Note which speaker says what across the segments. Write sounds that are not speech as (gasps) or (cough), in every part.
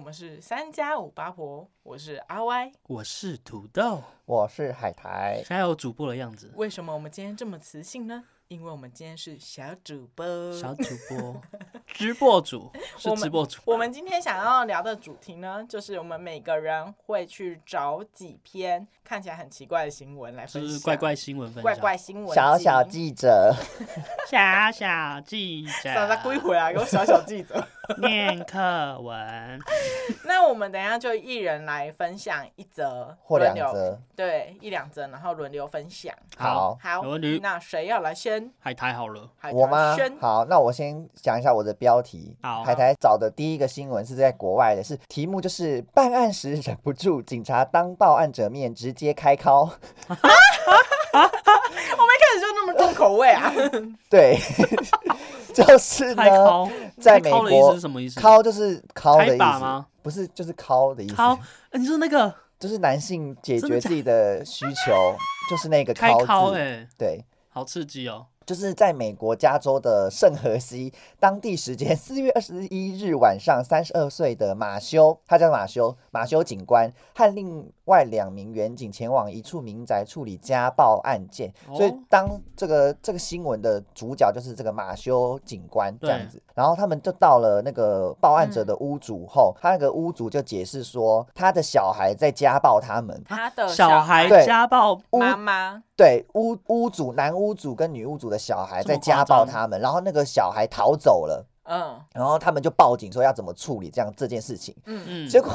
Speaker 1: 们是三加五八婆，我是阿 Y。
Speaker 2: 我是土豆，
Speaker 3: 我是海苔，
Speaker 2: 现在有主播的样子，
Speaker 1: 为什么我们今天这么磁性呢？因为我们今天是小主播。
Speaker 2: 小主播，直播
Speaker 3: (laughs)
Speaker 2: 主是
Speaker 1: 我们
Speaker 2: 直播主，
Speaker 1: 我们今天想要聊的主题呢，就是我们每个人会去找几篇看起来很奇怪的新闻来分
Speaker 2: (laughs) 是
Speaker 1: 享，
Speaker 2: 怪怪新闻分
Speaker 1: 怪
Speaker 2: 享，
Speaker 1: 怪新闻集，
Speaker 3: 小小记者，
Speaker 2: 小小记者
Speaker 1: 算了，他故意回来给我小小记者。
Speaker 2: 念课文，
Speaker 1: 那我们等一下就一人来分享一则
Speaker 3: 或
Speaker 1: 轮
Speaker 3: 两
Speaker 1: 流
Speaker 3: 则，
Speaker 1: 对，一两则，然后轮流分享。
Speaker 3: 好
Speaker 1: 好
Speaker 2: 有问题，
Speaker 1: 那谁要来先？
Speaker 2: 海苔好了，
Speaker 1: 海
Speaker 3: 我
Speaker 1: 苔
Speaker 3: 吗
Speaker 1: 先？
Speaker 3: 好，那我先讲一下我的标题。
Speaker 2: 好啊
Speaker 3: 海苔找的第一个新闻是在国外的，是题目就是办案时忍不住，警察当报案者面直接开铐。
Speaker 1: 开 (laughs) 始就那么重口味啊！
Speaker 3: (laughs) 对， (laughs) 就是
Speaker 2: 开
Speaker 3: 呢，
Speaker 2: 敲，
Speaker 3: 在
Speaker 2: 开
Speaker 3: 美
Speaker 2: 敲的意思
Speaker 3: 国
Speaker 2: 是，什么意思？
Speaker 3: 铐就是铐的
Speaker 2: 开
Speaker 3: 意
Speaker 2: 把
Speaker 3: 思，
Speaker 2: 吗？
Speaker 3: 不是就是铐的意思，
Speaker 2: 敲，呃你说那个
Speaker 3: 就是男性解
Speaker 2: 真的假
Speaker 3: 决自己的需求，就是那个
Speaker 2: 开敲，
Speaker 3: 铐字。
Speaker 2: 哎，
Speaker 3: 对，
Speaker 2: 好刺激哦，
Speaker 3: 就是在美国加州的圣荷西，当地时间四月二十一日晚上，三十二岁的马修，他叫马修，马修警官和另外两名员警前往一处民宅处理家暴案件。
Speaker 2: 哦
Speaker 3: 所以，当这个这个新闻的主角就是这个马修警官这
Speaker 2: 对嗯
Speaker 3: 样子，然后他们就到了那个报案者的屋主后，他那个屋主就解释说，他的小孩在家暴他们。
Speaker 1: (laughs) 他的
Speaker 2: 小孩
Speaker 3: 呃对
Speaker 2: 家暴，
Speaker 3: 屋
Speaker 1: 妈妈
Speaker 3: 对屋屋主男屋主跟女屋主的小孩
Speaker 2: 这么
Speaker 3: 在家暴
Speaker 2: 夸张
Speaker 3: 他们，然后那个小孩逃走了，
Speaker 1: 嗯
Speaker 3: 然后他们就报警说要怎么处理这样这件事情。
Speaker 1: 嗯，
Speaker 2: 嗯，
Speaker 3: (laughs) 结果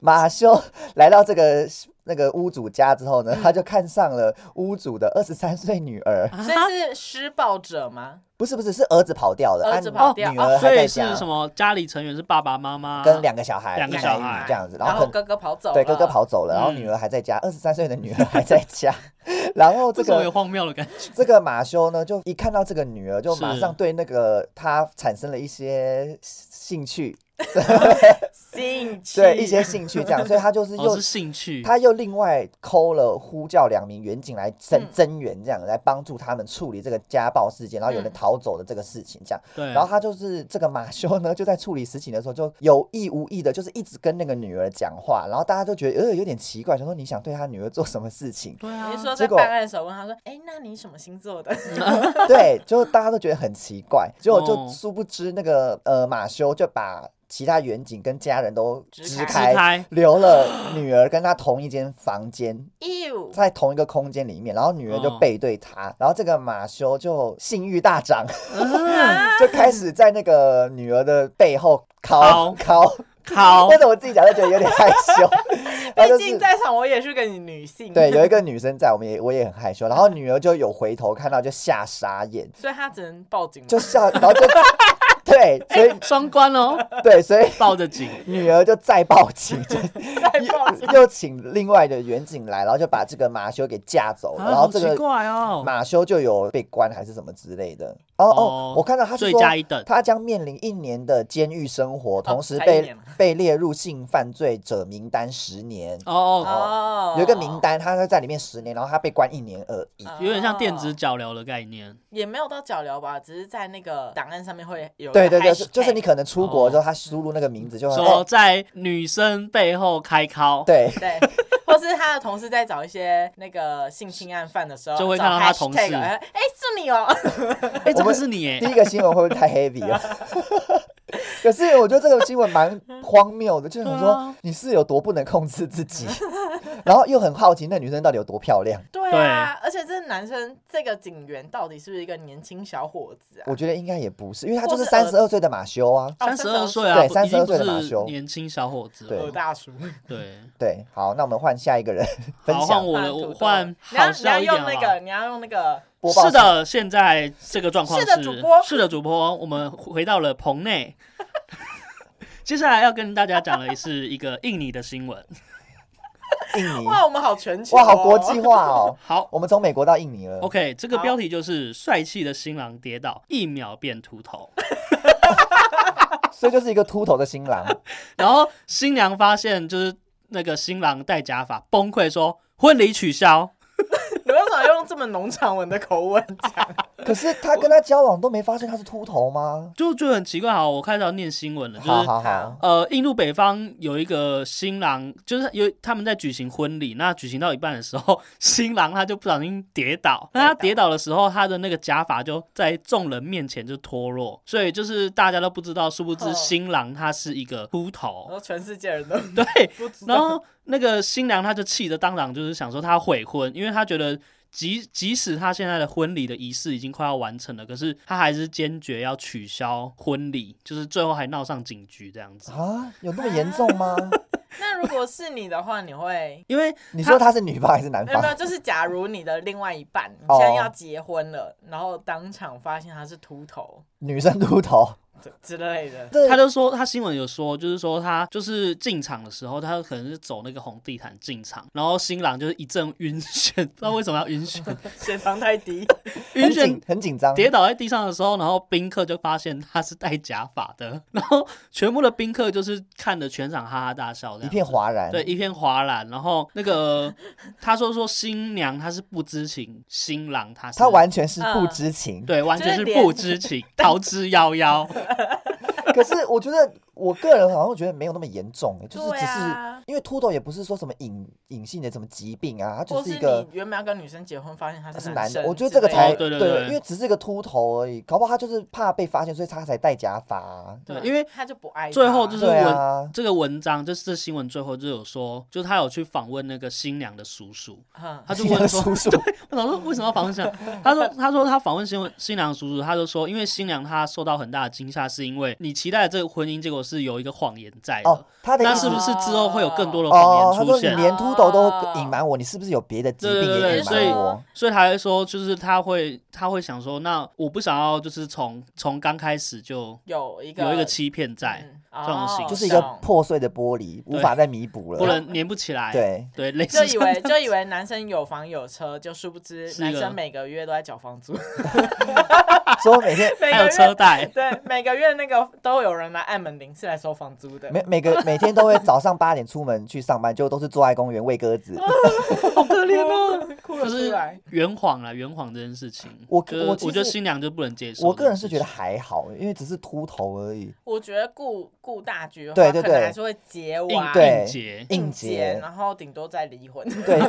Speaker 3: 马修来到这个那个屋主家之后呢，他就看上了屋主的二十三岁女儿，
Speaker 2: 啊
Speaker 1: 所以是施暴者吗？
Speaker 3: 不是不是是儿子跑掉了，
Speaker 1: 儿
Speaker 3: 啊
Speaker 1: 子跑掉
Speaker 3: 女儿
Speaker 2: 所
Speaker 3: 还
Speaker 2: 以
Speaker 3: 在
Speaker 2: 是
Speaker 3: 家
Speaker 2: 什，么？家里成员是爸爸妈妈
Speaker 3: 跟两个小孩，
Speaker 2: 两个
Speaker 3: 一
Speaker 2: 小
Speaker 3: 男一
Speaker 2: 孩
Speaker 3: 女这样子，
Speaker 1: 然
Speaker 3: 后
Speaker 1: 后哥哥跑走了，
Speaker 3: 对哥哥跑走了，然
Speaker 2: 嗯
Speaker 3: 后女儿还在家，二十三岁的女儿还在家，然后这
Speaker 2: 为什么
Speaker 3: 个
Speaker 2: 有荒谬的感觉？
Speaker 3: 这个马修呢，就一看到这个女儿，就是马上对那个她产生了一些兴趣，
Speaker 1: 兴趣，
Speaker 3: 对一些兴趣这样，所以
Speaker 2: (laughs)
Speaker 3: 他就是
Speaker 2: 哦，
Speaker 3: 又
Speaker 2: 是兴趣，
Speaker 3: 他又另外抠了呼叫两名远警来增
Speaker 1: 嗯
Speaker 3: 增援，这样来帮助他们处理这个家暴事件，然后有人
Speaker 1: 嗯
Speaker 3: 逃走的这个事情，这样。
Speaker 2: 对，
Speaker 3: 然后他就是这个马修呢，就在处理事情的时候，就有意无意的，就是一直跟那个女儿讲话，然后大家都觉得呃有点奇怪，想说你想对他女儿做什么事情？
Speaker 2: 对啊，
Speaker 1: 你是说在
Speaker 3: 结果
Speaker 1: 办案的时候问他说：“哎，那你什么星座的？” (laughs)
Speaker 3: 对，就大家都觉得很奇怪，结果就
Speaker 2: 哦
Speaker 3: 殊不知那个呃马修就把其他远景跟家人都
Speaker 1: 支
Speaker 3: 支
Speaker 1: 开
Speaker 3: 开
Speaker 2: 自。拍，
Speaker 3: 留了女儿跟他同一间房间，
Speaker 1: 哟，
Speaker 3: 在同一个空间里面，然后女儿就
Speaker 2: 哦
Speaker 3: 背对他，然后这个马修就性欲大涨，
Speaker 2: 嗯，
Speaker 3: (laughs) 就开始在那个女儿的背后
Speaker 2: 敲
Speaker 3: 敲敲。
Speaker 2: 好
Speaker 3: 为，什么我自己讲就觉得有点害羞？然后
Speaker 1: 毕
Speaker 3: 就
Speaker 1: 竟
Speaker 3: 是
Speaker 1: 在场我也是个女性，
Speaker 3: 对，有一个女生在，我们也我也很害羞，然后女儿就有回头看到就吓傻眼，
Speaker 1: (laughs) 所以他只能报警了。
Speaker 3: 就笑，然后就对，所以
Speaker 2: 双关哦，
Speaker 3: 对，所以
Speaker 2: 抱着紧，
Speaker 3: 女儿就再报警，就
Speaker 1: 再报警，
Speaker 3: 又又请另外的远警来，然后就把这个马修给架走了，
Speaker 2: 啊
Speaker 3: 哦然
Speaker 2: 好
Speaker 3: 后这
Speaker 2: 奇
Speaker 3: 个
Speaker 2: 怪哦，
Speaker 3: 马修就有被关还是什么之类的。哦
Speaker 2: 哦
Speaker 3: 哦，我看到他是
Speaker 2: 罪
Speaker 3: 说
Speaker 2: 加一等，
Speaker 3: 他将面临一年的监狱生活，同时
Speaker 1: 才一
Speaker 3: 被
Speaker 1: 年嘛
Speaker 3: 被列入性犯罪者名单十年。
Speaker 2: 哦
Speaker 1: 哦
Speaker 3: 有一个名，单，他在里面十年，然后他被关一年而已。
Speaker 1: 哦
Speaker 2: 哦，有点像电子，脚镣的概念，
Speaker 1: 也没有到脚镣吧，只是在那个档案上面会有一
Speaker 3: 对
Speaker 1: 个
Speaker 3: 对对，就
Speaker 1: hashtag
Speaker 3: 就是你可能出国
Speaker 2: 哦
Speaker 3: 之后，他输入那个名字就会
Speaker 2: 说
Speaker 3: 哦
Speaker 2: 在女生背后开铐，
Speaker 3: 对
Speaker 1: 对， (laughs) 或是他的同事在找一些那个性侵案犯的时候，
Speaker 2: 就会
Speaker 1: 找
Speaker 2: 看到他同事
Speaker 1: hashtag，哎，哎是你哦， (laughs)
Speaker 2: 哎，这个是你
Speaker 3: (laughs) 第
Speaker 2: 耶，
Speaker 3: 一个新闻会不会
Speaker 2: (laughs)
Speaker 3: 太 heavy 了？ (laughs) 可是我觉得这个新闻蛮荒谬的，就是想
Speaker 2: 对
Speaker 3: 说
Speaker 2: 啊
Speaker 3: 你是有多不能控制自己， (laughs) 然后又很好奇那女生到底有多漂
Speaker 2: (laughs)
Speaker 3: 亮。
Speaker 1: 对啊，而且这男生这个警员到底是不是一个年轻小伙子啊？
Speaker 3: 我觉得应该也不是，因为他就
Speaker 1: 或
Speaker 3: 是
Speaker 1: 是
Speaker 3: 三十二岁的马修啊。
Speaker 1: 哦
Speaker 2: 三十二岁啊，
Speaker 3: 对
Speaker 2: 不
Speaker 3: 32
Speaker 2: 已经不
Speaker 3: 岁的马
Speaker 2: 是
Speaker 3: 修
Speaker 2: 年轻小伙子
Speaker 3: 对
Speaker 1: 何
Speaker 2: 了，
Speaker 1: 大叔，
Speaker 2: 对，
Speaker 3: 对，好，那我们换下一个人 (laughs) 分
Speaker 2: 好换
Speaker 3: 享
Speaker 2: 我
Speaker 1: 换 (laughs)
Speaker 2: 了，
Speaker 1: 土豆
Speaker 2: 我换
Speaker 1: 你要你
Speaker 2: 好
Speaker 1: 要
Speaker 2: 笑一点
Speaker 1: 用
Speaker 2: 好
Speaker 1: 那
Speaker 2: 不
Speaker 1: 个，
Speaker 2: 好？
Speaker 1: 你要用那个
Speaker 3: 播报。
Speaker 2: 是，的，现在这个状况
Speaker 1: 是的主播
Speaker 2: 是的主播，我们回到了棚内。 (laughs) 接下来要跟大家讲的是一个印尼的新闻。
Speaker 3: 印尼，
Speaker 1: 哇，我们好全球、哦，
Speaker 3: 哇，好国际化哦。
Speaker 2: 好
Speaker 3: 我们从美国到印尼了，
Speaker 2: ，OK，这个
Speaker 1: 好
Speaker 2: 标题就是“帅气的新郎跌倒，一秒变秃头
Speaker 3: 所以就是一个秃头的新
Speaker 2: (laughs)
Speaker 3: 郎，”，
Speaker 2: 然后新娘发现就是那个新郎戴假发，崩溃说婚礼取消。
Speaker 1: (laughs) 你为什么用用这么农场文的口吻 (laughs) 讲。
Speaker 3: 可是他跟他交往都没发现他是秃头吗？
Speaker 2: 就就很奇怪。好，我开始要念新闻了，就是
Speaker 3: 好好好，
Speaker 2: 呃，印度北方有一个新郎，就是有他们在举行婚礼，那举行到一半的时候， (laughs) 新郎他就不小心跌倒，那他跌倒的时候，他的那个假发就在众人面前就脱落，所以就是大家都不知道，殊不知
Speaker 1: 哦
Speaker 2: 新郎他是一个秃
Speaker 1: 我
Speaker 2: 头，
Speaker 1: 说全世界人都
Speaker 2: (laughs) 对，
Speaker 1: 不知
Speaker 2: 然
Speaker 1: 道，
Speaker 2: 后那个新娘她就气得当场就是想说她悔婚，因为她觉得即即使她现在的婚礼的仪式已经快要完成了，可是她还是坚决要取消婚礼，就是最后还闹上警局这样子。
Speaker 1: 哦
Speaker 3: 啊，有那么严重
Speaker 2: (laughs)
Speaker 3: 吗？
Speaker 1: 那如果是你的话，你会
Speaker 2: 因为
Speaker 3: 你说他是女方还是男
Speaker 1: 没有
Speaker 3: 方
Speaker 1: 没？有？就是假如你的另外一半你
Speaker 3: 哦
Speaker 1: 现在要结婚了，然后当场发现他是秃头
Speaker 3: 女生秃头，
Speaker 1: 之之类的，
Speaker 3: (laughs) 对
Speaker 2: 她就说她新闻有说，就是说她就是进场的时候，她可能是走那个红地毯进场，然后新郎就是一阵晕眩，不知道为什么要
Speaker 1: (laughs)
Speaker 2: 晕眩，
Speaker 1: 血糖太低，
Speaker 2: 晕
Speaker 3: 很
Speaker 2: 眩
Speaker 3: 紧很紧张，
Speaker 2: 跌倒在地上的时候，然后宾客就发现他是戴假发的，然后全部的宾客就是看着全场哈哈大笑，这
Speaker 3: 一
Speaker 2: 样
Speaker 3: 片哗然。
Speaker 2: 对，一片哗然。然后那个他说说新娘她是不知情，新郎他是
Speaker 3: 他完全是不知情。
Speaker 2: 对完全
Speaker 1: 就是是连 (laughs)
Speaker 2: 不知情，逃之夭夭。
Speaker 3: (laughs) 可是我觉得我个人好像觉得没有那么严重，欸就是
Speaker 1: 对
Speaker 3: 只是
Speaker 1: 啊。
Speaker 3: 因为秃头也不是说什么隐隐性的什么疾病啊，它
Speaker 1: 或
Speaker 3: 就是是一个
Speaker 1: 你原本要跟女生结婚，发现他
Speaker 3: 他是
Speaker 1: 男
Speaker 3: 男
Speaker 1: 生之
Speaker 3: 的，
Speaker 1: 类的，
Speaker 3: 我觉得这个才
Speaker 2: 哦对对对
Speaker 3: 因为只是一个秃头而已，搞不好他就是怕被发现，所以他才戴假发啊。
Speaker 2: 对因为
Speaker 1: 他就不爱他，
Speaker 2: 最后就是
Speaker 3: 对啊，
Speaker 2: 这个文章就是这新闻最后就有说，就是他有去访问那个新娘的叔叔，
Speaker 1: 嗯
Speaker 3: (laughs)
Speaker 2: 他就问说
Speaker 3: 叔叔，
Speaker 2: 我想说
Speaker 3: 嗯
Speaker 2: 为什么要访问新
Speaker 3: (laughs)
Speaker 2: 娘？他说他说他访问新闻新娘叔叔，他就说因为新娘她受到很大的惊吓，是因为你期待的这个婚姻结果是有一个谎言在的。
Speaker 3: 哦，他的
Speaker 2: 那
Speaker 3: 意
Speaker 2: 是
Speaker 3: 思
Speaker 2: 不是之后会有更多的
Speaker 3: 哦，
Speaker 2: 谎言
Speaker 3: 他
Speaker 2: 出
Speaker 3: 说你
Speaker 2: 现？
Speaker 3: 连秃头都隐瞒我，你是不是有别的疾
Speaker 2: (laughs)
Speaker 3: 病
Speaker 2: 对对
Speaker 3: 也
Speaker 2: 对
Speaker 3: 隐
Speaker 2: 所以
Speaker 3: 瞒我？
Speaker 2: 所以他会说，就是他会他会想说，那我不想要，就是从从刚开始就
Speaker 1: 有一个
Speaker 2: 有一个欺骗在，
Speaker 1: 嗯
Speaker 2: 这种
Speaker 1: 哦
Speaker 2: 形式
Speaker 3: 就是一个
Speaker 1: 懂
Speaker 3: 破碎的玻璃，无法再弥补
Speaker 2: 不
Speaker 3: 了。
Speaker 2: 能粘不起来。
Speaker 3: 对，
Speaker 2: 对，类
Speaker 1: 就
Speaker 2: 似
Speaker 1: 以
Speaker 2: 这样
Speaker 1: (laughs) 为就以为男生有房有车，就殊不知
Speaker 2: 是一
Speaker 1: 男
Speaker 2: 个
Speaker 1: 生每个月都在缴房租，
Speaker 3: 说每天
Speaker 1: 每
Speaker 2: 还
Speaker 1: 个
Speaker 2: 有
Speaker 1: 月
Speaker 2: 车贷，
Speaker 1: 对每个月那个都有人来按门铃是来收房租的，
Speaker 3: 每每个每天都会早上八点出门去上班，就都是坐在公园喂鸽
Speaker 2: 啊
Speaker 3: 子。
Speaker 2: 好可怜哦。
Speaker 1: 哭哭
Speaker 2: 就
Speaker 1: 了出
Speaker 2: 是
Speaker 1: 来。
Speaker 2: 圆谎了，圆谎这件事情，
Speaker 3: 我
Speaker 2: 就是
Speaker 3: 我
Speaker 2: 我
Speaker 3: 其
Speaker 2: 觉得
Speaker 3: 实
Speaker 2: 新娘就不能接受。
Speaker 3: 我个人是觉得，还好，因为只是秃头而已。
Speaker 1: 我觉得顾顾大局的话，
Speaker 3: 对对
Speaker 1: 可能
Speaker 3: 对
Speaker 1: 还是会结
Speaker 2: 硬
Speaker 1: 完
Speaker 2: 硬
Speaker 3: 对
Speaker 2: 结，
Speaker 1: 硬啊
Speaker 3: 硬结
Speaker 1: 结，然后顶多再离婚。
Speaker 3: 对，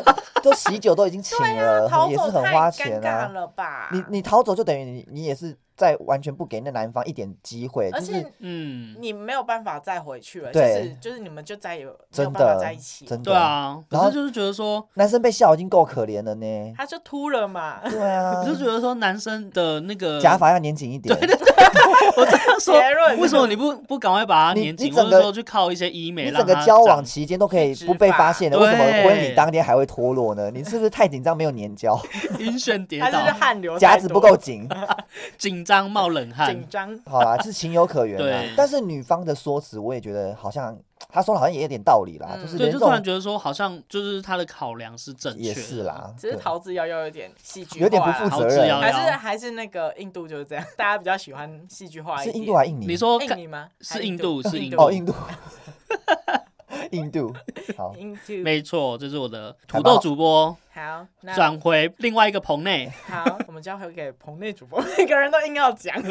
Speaker 3: 都喜酒都已经请
Speaker 2: 啊
Speaker 1: 啊
Speaker 3: 了，
Speaker 1: 逃
Speaker 3: 也是
Speaker 1: 走
Speaker 3: 很
Speaker 1: 太尴
Speaker 3: 花钱
Speaker 1: 尬
Speaker 3: 啊。
Speaker 1: 了吧？
Speaker 3: 你你逃走就等于你你也是在完全不给那男方一点机会，
Speaker 1: 而
Speaker 3: 就是
Speaker 1: 且
Speaker 2: 嗯，
Speaker 1: 你没有办法再回去了，就
Speaker 3: 对
Speaker 1: 是就是你们就再也没有
Speaker 3: 真
Speaker 1: 办
Speaker 3: 的
Speaker 1: 法在一起。
Speaker 3: 真的
Speaker 2: 对，啊。
Speaker 3: 然
Speaker 2: 可
Speaker 3: 后
Speaker 2: 是就是觉得说，
Speaker 3: 男生被笑已经够可怜了呢。
Speaker 1: 他就秃了嘛，
Speaker 3: 对啊
Speaker 2: 我，就觉得说男生的那个
Speaker 3: 假发要粘紧一点。
Speaker 2: 我这样 (laughs) 说
Speaker 1: 结论，
Speaker 2: 为什么你不不赶快把它
Speaker 3: 你
Speaker 2: 粘紧，
Speaker 3: 你
Speaker 2: 或
Speaker 3: 整
Speaker 2: 者
Speaker 3: 个
Speaker 2: 说去靠一些医美
Speaker 3: 你
Speaker 2: 让
Speaker 3: 整
Speaker 2: 它
Speaker 3: 个交往
Speaker 2: 长 (laughs)
Speaker 3: 期间都可以
Speaker 1: 去植
Speaker 3: 不被发
Speaker 1: 发
Speaker 3: 现的，为什么
Speaker 2: 对
Speaker 3: 婚礼当天还会脱落呢？你是不是太紧张没有粘
Speaker 1: (laughs)
Speaker 3: 胶，
Speaker 2: 晕眩跌
Speaker 1: 他就是
Speaker 2: 倒，
Speaker 1: 汗流
Speaker 3: (laughs) 夹
Speaker 1: 太
Speaker 3: 子
Speaker 1: 多
Speaker 3: 不
Speaker 1: (laughs)
Speaker 3: 够紧？
Speaker 2: 紧张冒冷汗
Speaker 1: 紧，张。
Speaker 3: 好啦，是情有可原啦
Speaker 2: 对。
Speaker 3: 但是女方的说辞，我也觉得好像他说的好像也有点道理啦，
Speaker 1: 嗯
Speaker 3: 就是
Speaker 2: 对，
Speaker 3: 连
Speaker 2: 就
Speaker 3: 这
Speaker 2: 突然
Speaker 3: 种
Speaker 2: 觉得说好像就是他的考量是正确，
Speaker 3: 也是，啦，
Speaker 1: 只是
Speaker 3: 对
Speaker 1: 桃子瑶瑶有点戏剧化啦，
Speaker 3: 有点不负
Speaker 2: 好
Speaker 3: 责
Speaker 2: 自
Speaker 3: 任啊
Speaker 2: 摇
Speaker 1: 还是
Speaker 2: 摇。
Speaker 1: 还是那个印度就是这样，大家比较喜欢戏剧化一
Speaker 3: 是
Speaker 1: 点。
Speaker 3: 印度还是印尼？
Speaker 2: 你说
Speaker 1: 印
Speaker 2: 看
Speaker 1: 尼吗？
Speaker 2: 哦是
Speaker 1: 还
Speaker 2: 印
Speaker 1: 度
Speaker 2: 度，是印
Speaker 3: 哦，
Speaker 2: 度，(laughs)
Speaker 3: 印度，印度，好，
Speaker 1: 印度。
Speaker 2: 没错，这是我的土
Speaker 3: 还蛮
Speaker 2: 豆
Speaker 3: 好
Speaker 2: 主播
Speaker 1: 好，那
Speaker 2: 转回另外一个棚
Speaker 3: (laughs)
Speaker 2: 内，
Speaker 1: 好，我们交回给棚内主播， (laughs) 每个人都硬要讲。 (laughs)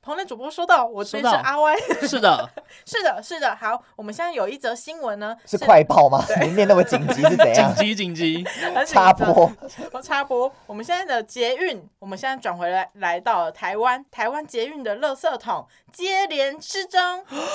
Speaker 1: 棚内主播说到，我这边
Speaker 2: 说
Speaker 1: 是
Speaker 2: 到
Speaker 1: 阿歪，
Speaker 2: 是的，
Speaker 1: 是的，是的。好，我们现在有一则新闻呢，
Speaker 3: 是快报吗？你念那么紧急是怎
Speaker 2: (laughs) 紧
Speaker 3: 样？
Speaker 2: 急紧急，
Speaker 1: (laughs) 很紧
Speaker 3: 插
Speaker 1: 张
Speaker 3: 播，
Speaker 1: 我插播，我们现在的捷运，我们现在转回来来到了台湾，台湾捷运的垃圾桶接连失
Speaker 3: (gasps)
Speaker 1: 踪，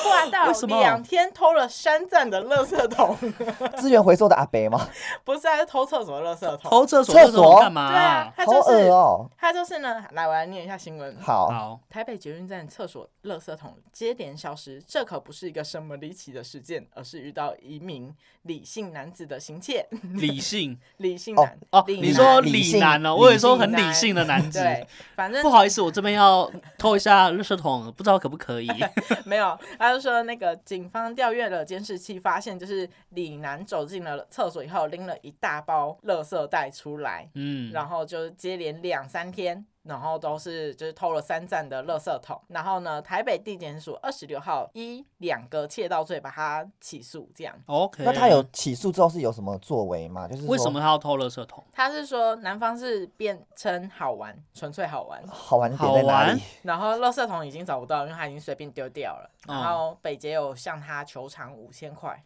Speaker 1: 挂到
Speaker 2: 为什么
Speaker 1: 两天偷了三站的垃圾桶， (laughs)
Speaker 3: 资源回收的阿北吗？
Speaker 1: 不是他是偷厕所的垃圾桶，
Speaker 2: 偷厕所
Speaker 3: 厕
Speaker 2: 这种
Speaker 3: 所
Speaker 2: 干嘛
Speaker 1: 对啊
Speaker 2: 啊？，
Speaker 1: 他
Speaker 3: 好
Speaker 1: 就是、
Speaker 3: 恶哦，
Speaker 1: 他就是呢，来我来念一下新闻，
Speaker 3: 好，
Speaker 2: 好，
Speaker 1: 台北捷运站厕所垃圾桶接连消失，这可不是一个什么离奇的事件，而是遇到一名李姓男子的行窃，
Speaker 2: 理性
Speaker 1: 李姓男
Speaker 2: 哦，
Speaker 1: 李
Speaker 2: 你
Speaker 1: 男
Speaker 2: 说
Speaker 3: 理
Speaker 2: 理
Speaker 3: 性
Speaker 2: 男哦，
Speaker 3: 理
Speaker 2: 我也说
Speaker 1: 性
Speaker 2: 很理
Speaker 1: 男
Speaker 2: 性的男子，
Speaker 1: 对，反正
Speaker 2: 不好意思，我这边要偷一下垃圾桶，不知道可不
Speaker 1: (laughs)
Speaker 2: 可以？
Speaker 1: (laughs) 没有，他就说那个警方调阅了监视器，发现就是李楠走进了厕所以后，拎了一大包垃圾袋出来，
Speaker 2: 嗯，
Speaker 1: 然后就接连两三天然后都是就是偷了三站的垃圾桶，然后呢，台北地检署二十六号一两个窃盗罪把他起诉，这样。
Speaker 2: OK，
Speaker 3: 那他有起诉之后是有什么作为吗？就是说
Speaker 2: 为什么他要偷垃圾桶？
Speaker 1: 他是说男方是辩称好玩，纯粹好玩，
Speaker 3: 好玩的点在
Speaker 2: 好
Speaker 3: 哪
Speaker 2: 玩
Speaker 3: 里？
Speaker 1: 然后垃圾桶已经找不到，因为他已经随便丢掉了。
Speaker 2: 哦
Speaker 1: 然后北捷有向他求偿五千块，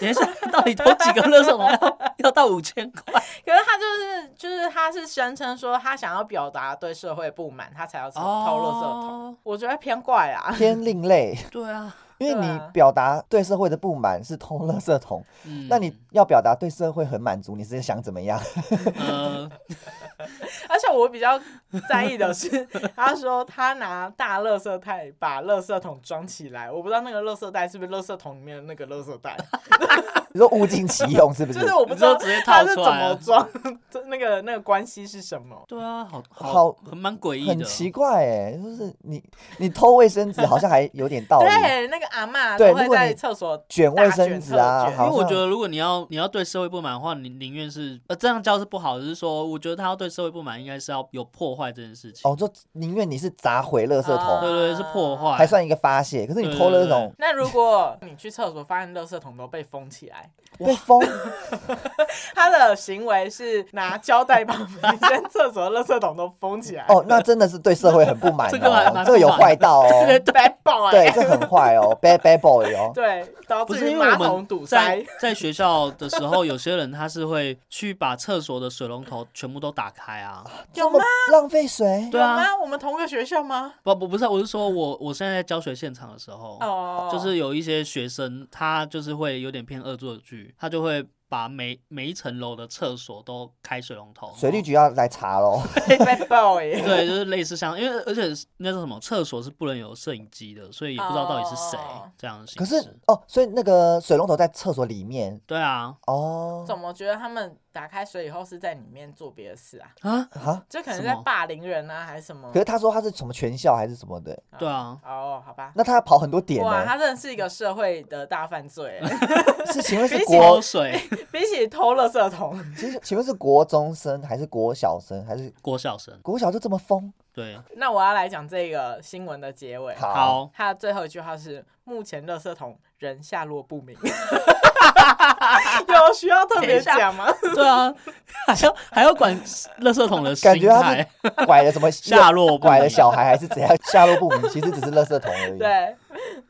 Speaker 2: 等一下，到底偷几个垃圾桶要要到五千
Speaker 1: (laughs)
Speaker 2: 块？
Speaker 1: 可是他就是就是他是声称说他想要表达对社会不满，他才要偷偷垃圾桶。
Speaker 2: 哦，
Speaker 1: 我觉得偏怪啊， (laughs)
Speaker 3: 偏另
Speaker 2: (laughs)
Speaker 3: 类，
Speaker 2: 对啊，
Speaker 3: 因为
Speaker 1: 对
Speaker 3: 你
Speaker 1: 啊
Speaker 3: 表达对社会的不满是偷垃圾桶，
Speaker 2: 嗯，
Speaker 3: 那你要表达对社会很满足，你是想怎么样？ (laughs)
Speaker 2: 呃，
Speaker 1: 而且我比较在意的
Speaker 2: (laughs)
Speaker 1: 是，他说他拿大垃圾袋把垃圾桶装起来，我不知道那个垃圾袋是不是垃圾桶里面的那个垃圾袋，
Speaker 3: 你说物尽其用是不是
Speaker 1: 就？是我不知道
Speaker 2: 你 (laughs) 就直接
Speaker 1: 他
Speaker 2: 套
Speaker 1: 是
Speaker 2: 出
Speaker 1: 怎
Speaker 2: 来啊
Speaker 1: 么装， (laughs) 那个那个关系是什么。
Speaker 2: 对啊，好
Speaker 3: 好
Speaker 2: 很蛮诡异
Speaker 3: 很
Speaker 2: 的，
Speaker 3: 奇怪哎、就是你你偷卫生纸好像还有点道
Speaker 2: (laughs)
Speaker 3: 理，
Speaker 1: 对，那个阿嬷
Speaker 3: 对
Speaker 1: 都会
Speaker 3: 如果
Speaker 1: 在
Speaker 3: 你
Speaker 1: 厕所
Speaker 3: 卷卫生纸啊，
Speaker 1: 大卷特卷
Speaker 2: 因
Speaker 3: 好
Speaker 2: 为我
Speaker 3: 像
Speaker 2: 觉得，如果你要你要对社会不满的话，你宁愿是呃这样教是不好，只是说我觉得他要对社会不满，应该是要有破坏这件事情。
Speaker 3: 哦，就宁愿你是砸毁垃圾
Speaker 2: 对
Speaker 3: 桶，
Speaker 2: 啊对对，是破坏，
Speaker 3: 还算一个发泄，可是你偷了那种
Speaker 1: 那如果你去厕所发现垃圾桶都被封起来，
Speaker 3: 被封，
Speaker 1: 他的行为是拿胶带把每间厕所的垃圾桶都封起来，
Speaker 3: 哦，那真的是对社会很不
Speaker 2: (laughs)
Speaker 3: 满
Speaker 2: 这个还
Speaker 3: 哦
Speaker 2: 蛮，
Speaker 3: 这个有坏到
Speaker 2: (laughs)
Speaker 3: 哦，
Speaker 1: 被爆哎、
Speaker 3: 对，这很坏哦，bad bad boy
Speaker 2: (laughs)
Speaker 3: 哦，
Speaker 1: 对，导
Speaker 2: 不
Speaker 1: 致
Speaker 2: 是
Speaker 1: 于
Speaker 2: 因为
Speaker 1: 马
Speaker 2: 我
Speaker 1: 桶堵
Speaker 2: 们
Speaker 1: 塞
Speaker 2: 在。在学校的时候，有些人他是会去把厕所的水龙头全部都打开啊。
Speaker 3: 这么浪费水，
Speaker 2: 对啊
Speaker 1: 有吗？我们同个学校吗？
Speaker 2: 不不不是啊，我是说我我现在在教学现场的时候，
Speaker 1: 哦，
Speaker 2: 就是有一些学生他就是会有点偏恶作剧，他就会把每每一层楼的厕所都开水龙头，
Speaker 3: 水利局要来查喽，
Speaker 1: 哦被爆哎，
Speaker 2: 对，就是类似像，因为而且那是什么厕所是不能有摄影机的，所以也不知道到底是谁、
Speaker 1: 哦
Speaker 2: 这样的形
Speaker 3: (laughs) 可
Speaker 2: 式。
Speaker 3: 是哦，所以那个水龙头在厕所里面
Speaker 2: 对啊
Speaker 3: 哦，
Speaker 1: 怎么觉得他们打开水以后是在里面做别的事啊？
Speaker 2: 啊，
Speaker 3: 啊，
Speaker 1: 就可能
Speaker 2: 什
Speaker 1: 在
Speaker 2: 么
Speaker 1: 霸凌人啊，还是什么
Speaker 3: 可？是他说他是什么全校还是什么的，
Speaker 2: 对啊，
Speaker 1: 哦，好吧。
Speaker 3: 那他要跑很多点
Speaker 1: 哇，
Speaker 3: 呢，
Speaker 1: 他真的是一个社会的大犯罪欸，
Speaker 3: 是请问是
Speaker 1: 比起
Speaker 3: 国
Speaker 2: 泼水
Speaker 1: (laughs) 比起偷垃圾桶， (laughs)
Speaker 3: 其实请问是国中生还是国小生还是
Speaker 2: (laughs) 郭晓生，
Speaker 3: 国小就这么疯？
Speaker 2: 对，
Speaker 1: 那我要来讲这个新闻的结尾。
Speaker 3: 好，
Speaker 2: 好，
Speaker 1: 它的最后一句话是：目前垃圾桶仍下落不明。 (laughs) 有需要特别讲
Speaker 2: (laughs)
Speaker 1: 吗？
Speaker 2: 对啊，还要还要管垃圾桶的心
Speaker 3: 感觉他
Speaker 2: 态
Speaker 3: 是，拐了什么
Speaker 2: 下落不
Speaker 3: (laughs) 拐了
Speaker 2: 明。
Speaker 3: 小孩还是怎样 (laughs) 下落不明？其实只是垃圾桶而已。，
Speaker 1: 对，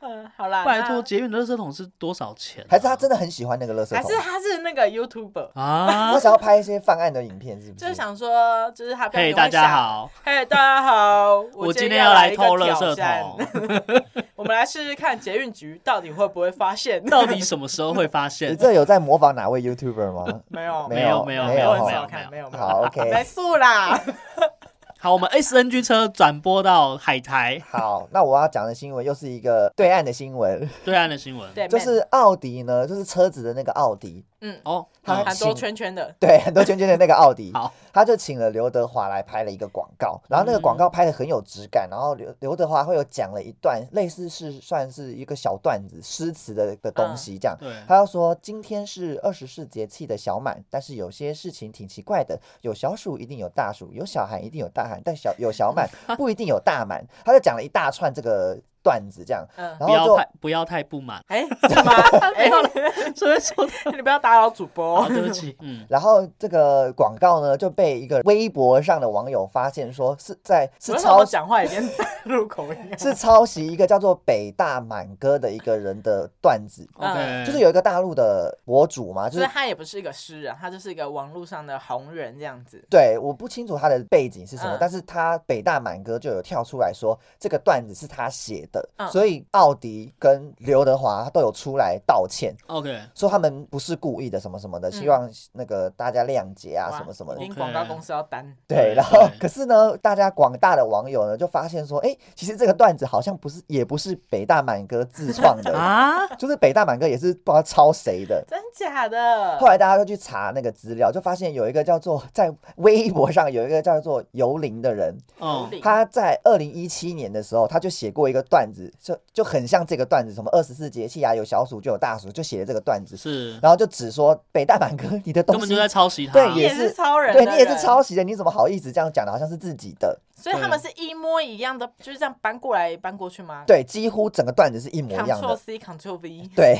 Speaker 1: 嗯，好啦，
Speaker 2: 拜
Speaker 1: 那
Speaker 2: 托，，捷运的垃圾桶是多少钱啊、
Speaker 3: 还是他真的很喜欢那个垃圾
Speaker 1: 还
Speaker 3: 桶
Speaker 1: 是，他是那个 YouTuber，
Speaker 2: 啊
Speaker 3: 他？
Speaker 1: (laughs)
Speaker 3: 想要拍一些犯案的影片，是不
Speaker 1: 就是
Speaker 3: 是？
Speaker 1: 想说，就是他。
Speaker 2: 嘿，大家，好，
Speaker 1: 嘿，大家好，
Speaker 2: 我
Speaker 1: 今
Speaker 2: 今天
Speaker 1: 要
Speaker 2: 要来
Speaker 1: 一个
Speaker 2: 偷垃
Speaker 1: 挑
Speaker 2: 圾
Speaker 1: 战。
Speaker 2: 桶，
Speaker 1: (laughs) 我们来试试看捷运局到底会不会发现？
Speaker 2: (laughs)
Speaker 1: (laughs)
Speaker 2: 到底什么时候会发
Speaker 3: 你
Speaker 2: 现？
Speaker 3: 这有在模仿哪位 YouTuber
Speaker 1: (laughs)
Speaker 3: 吗？
Speaker 1: 没有，
Speaker 2: 没
Speaker 3: 有
Speaker 2: 有
Speaker 3: 没
Speaker 2: 没有
Speaker 1: 没
Speaker 2: 有
Speaker 1: 很
Speaker 2: 没
Speaker 1: 少
Speaker 2: 有
Speaker 1: 看，
Speaker 2: 没
Speaker 1: 没
Speaker 2: 有。
Speaker 1: 有，没有
Speaker 3: 好
Speaker 1: 没
Speaker 3: ，OK，
Speaker 1: 数啦。
Speaker 2: (laughs) 好，我们 SNG 车转播到海苔
Speaker 3: 好，那我要讲的新闻又是一个对岸的新闻，
Speaker 2: 对岸的新闻。
Speaker 1: 对，
Speaker 3: 就是奥迪呢，就是车子的那个奥迪，
Speaker 1: 嗯，
Speaker 2: 哦，
Speaker 3: 他
Speaker 1: 很多圈圈的，
Speaker 3: 对，很多圈圈的那个奥
Speaker 2: (laughs)
Speaker 3: 迪，
Speaker 2: 好，
Speaker 3: 他就请了刘德华来拍了一个广告，然后那个
Speaker 2: 嗯
Speaker 3: 广告拍的很有质感，然后刘刘德华会有讲了一段类似是算是一个小段子诗词的的东
Speaker 2: 嗯
Speaker 3: 西这样。
Speaker 2: 对，
Speaker 3: 他要说今天是二十四节气的小满，但是有些事情挺奇怪的，有小暑一定有大暑，有小寒一定有大寒，但小有
Speaker 2: (laughs)
Speaker 3: 小满不一定有大满。他就讲了一大串这个段子这样，
Speaker 2: (laughs)
Speaker 1: 嗯，，
Speaker 3: 然
Speaker 2: 不
Speaker 3: 后
Speaker 2: 要
Speaker 3: 就
Speaker 2: 太不要太不满
Speaker 3: (laughs)
Speaker 1: 哎，什
Speaker 2: (laughs)
Speaker 1: 么？哎， (laughs)
Speaker 2: 所以说
Speaker 1: 你不要打扰主播哦
Speaker 2: 好，。
Speaker 3: 哦
Speaker 2: 对不起，嗯，
Speaker 3: 然后这个广告呢就被一个微博上的网友发现说是在是
Speaker 1: 为什
Speaker 3: 抄
Speaker 1: 么讲话已经 (laughs) 带入口音啊？
Speaker 3: 是抄袭一个叫做北大满哥的一个人的段子，
Speaker 1: 嗯
Speaker 2: OK，
Speaker 3: 就是有一个大陆的博主嘛，就
Speaker 1: 就是
Speaker 3: 是
Speaker 1: 他也不是一个诗人，他就是一个网络上的红人这样子。
Speaker 3: 对，我不清楚他的背景是什么，
Speaker 1: 嗯
Speaker 3: 但是他北大满哥就有跳出来说这个段子是他写的，
Speaker 1: 嗯
Speaker 3: 所以奥迪跟刘德华都有出来道歉。
Speaker 2: OK，
Speaker 3: 说他们不是故意的，什么什么的，
Speaker 1: 嗯
Speaker 3: 希望那个大家谅解啊，什么什么的
Speaker 1: 哇一。定广告公司要担。
Speaker 3: 对，
Speaker 2: 对
Speaker 3: 然后
Speaker 2: 对
Speaker 3: 可是呢，大家广大的网友呢就发现说，哎，其实这个段子好像不是，也不是北大满哥自创
Speaker 2: (laughs)
Speaker 3: 的，
Speaker 2: 啊，
Speaker 3: 就是北大满哥也是不知道抄谁的。
Speaker 1: 真假的
Speaker 3: 后？来大家都去查那个资料，就发现有一个叫做在微博上有一个叫做游灵的人，
Speaker 2: 嗯，
Speaker 3: 他在二零一七年的时候，他就写过一个段段子，就就很像这个段子，什么二十四节气啊，有小暑就有大暑，就写了这个段子，
Speaker 2: 是
Speaker 3: 然后就只说北大满哥你的
Speaker 2: 根
Speaker 3: 东
Speaker 2: 本
Speaker 3: 西
Speaker 2: 就，在啊抄袭他。
Speaker 3: 对
Speaker 1: 你
Speaker 3: 也
Speaker 1: 也
Speaker 3: 是
Speaker 1: 是超人，
Speaker 3: 对你也是，抄袭的，你怎么好意思这样讲的，好像是自己的？
Speaker 1: 所以他们是一模一样的，就是这样搬过来搬过去吗？
Speaker 3: 对，几乎整个段子是一模一样
Speaker 1: ，Ctrl
Speaker 3: 的。
Speaker 1: C Ctrl V，
Speaker 3: 对，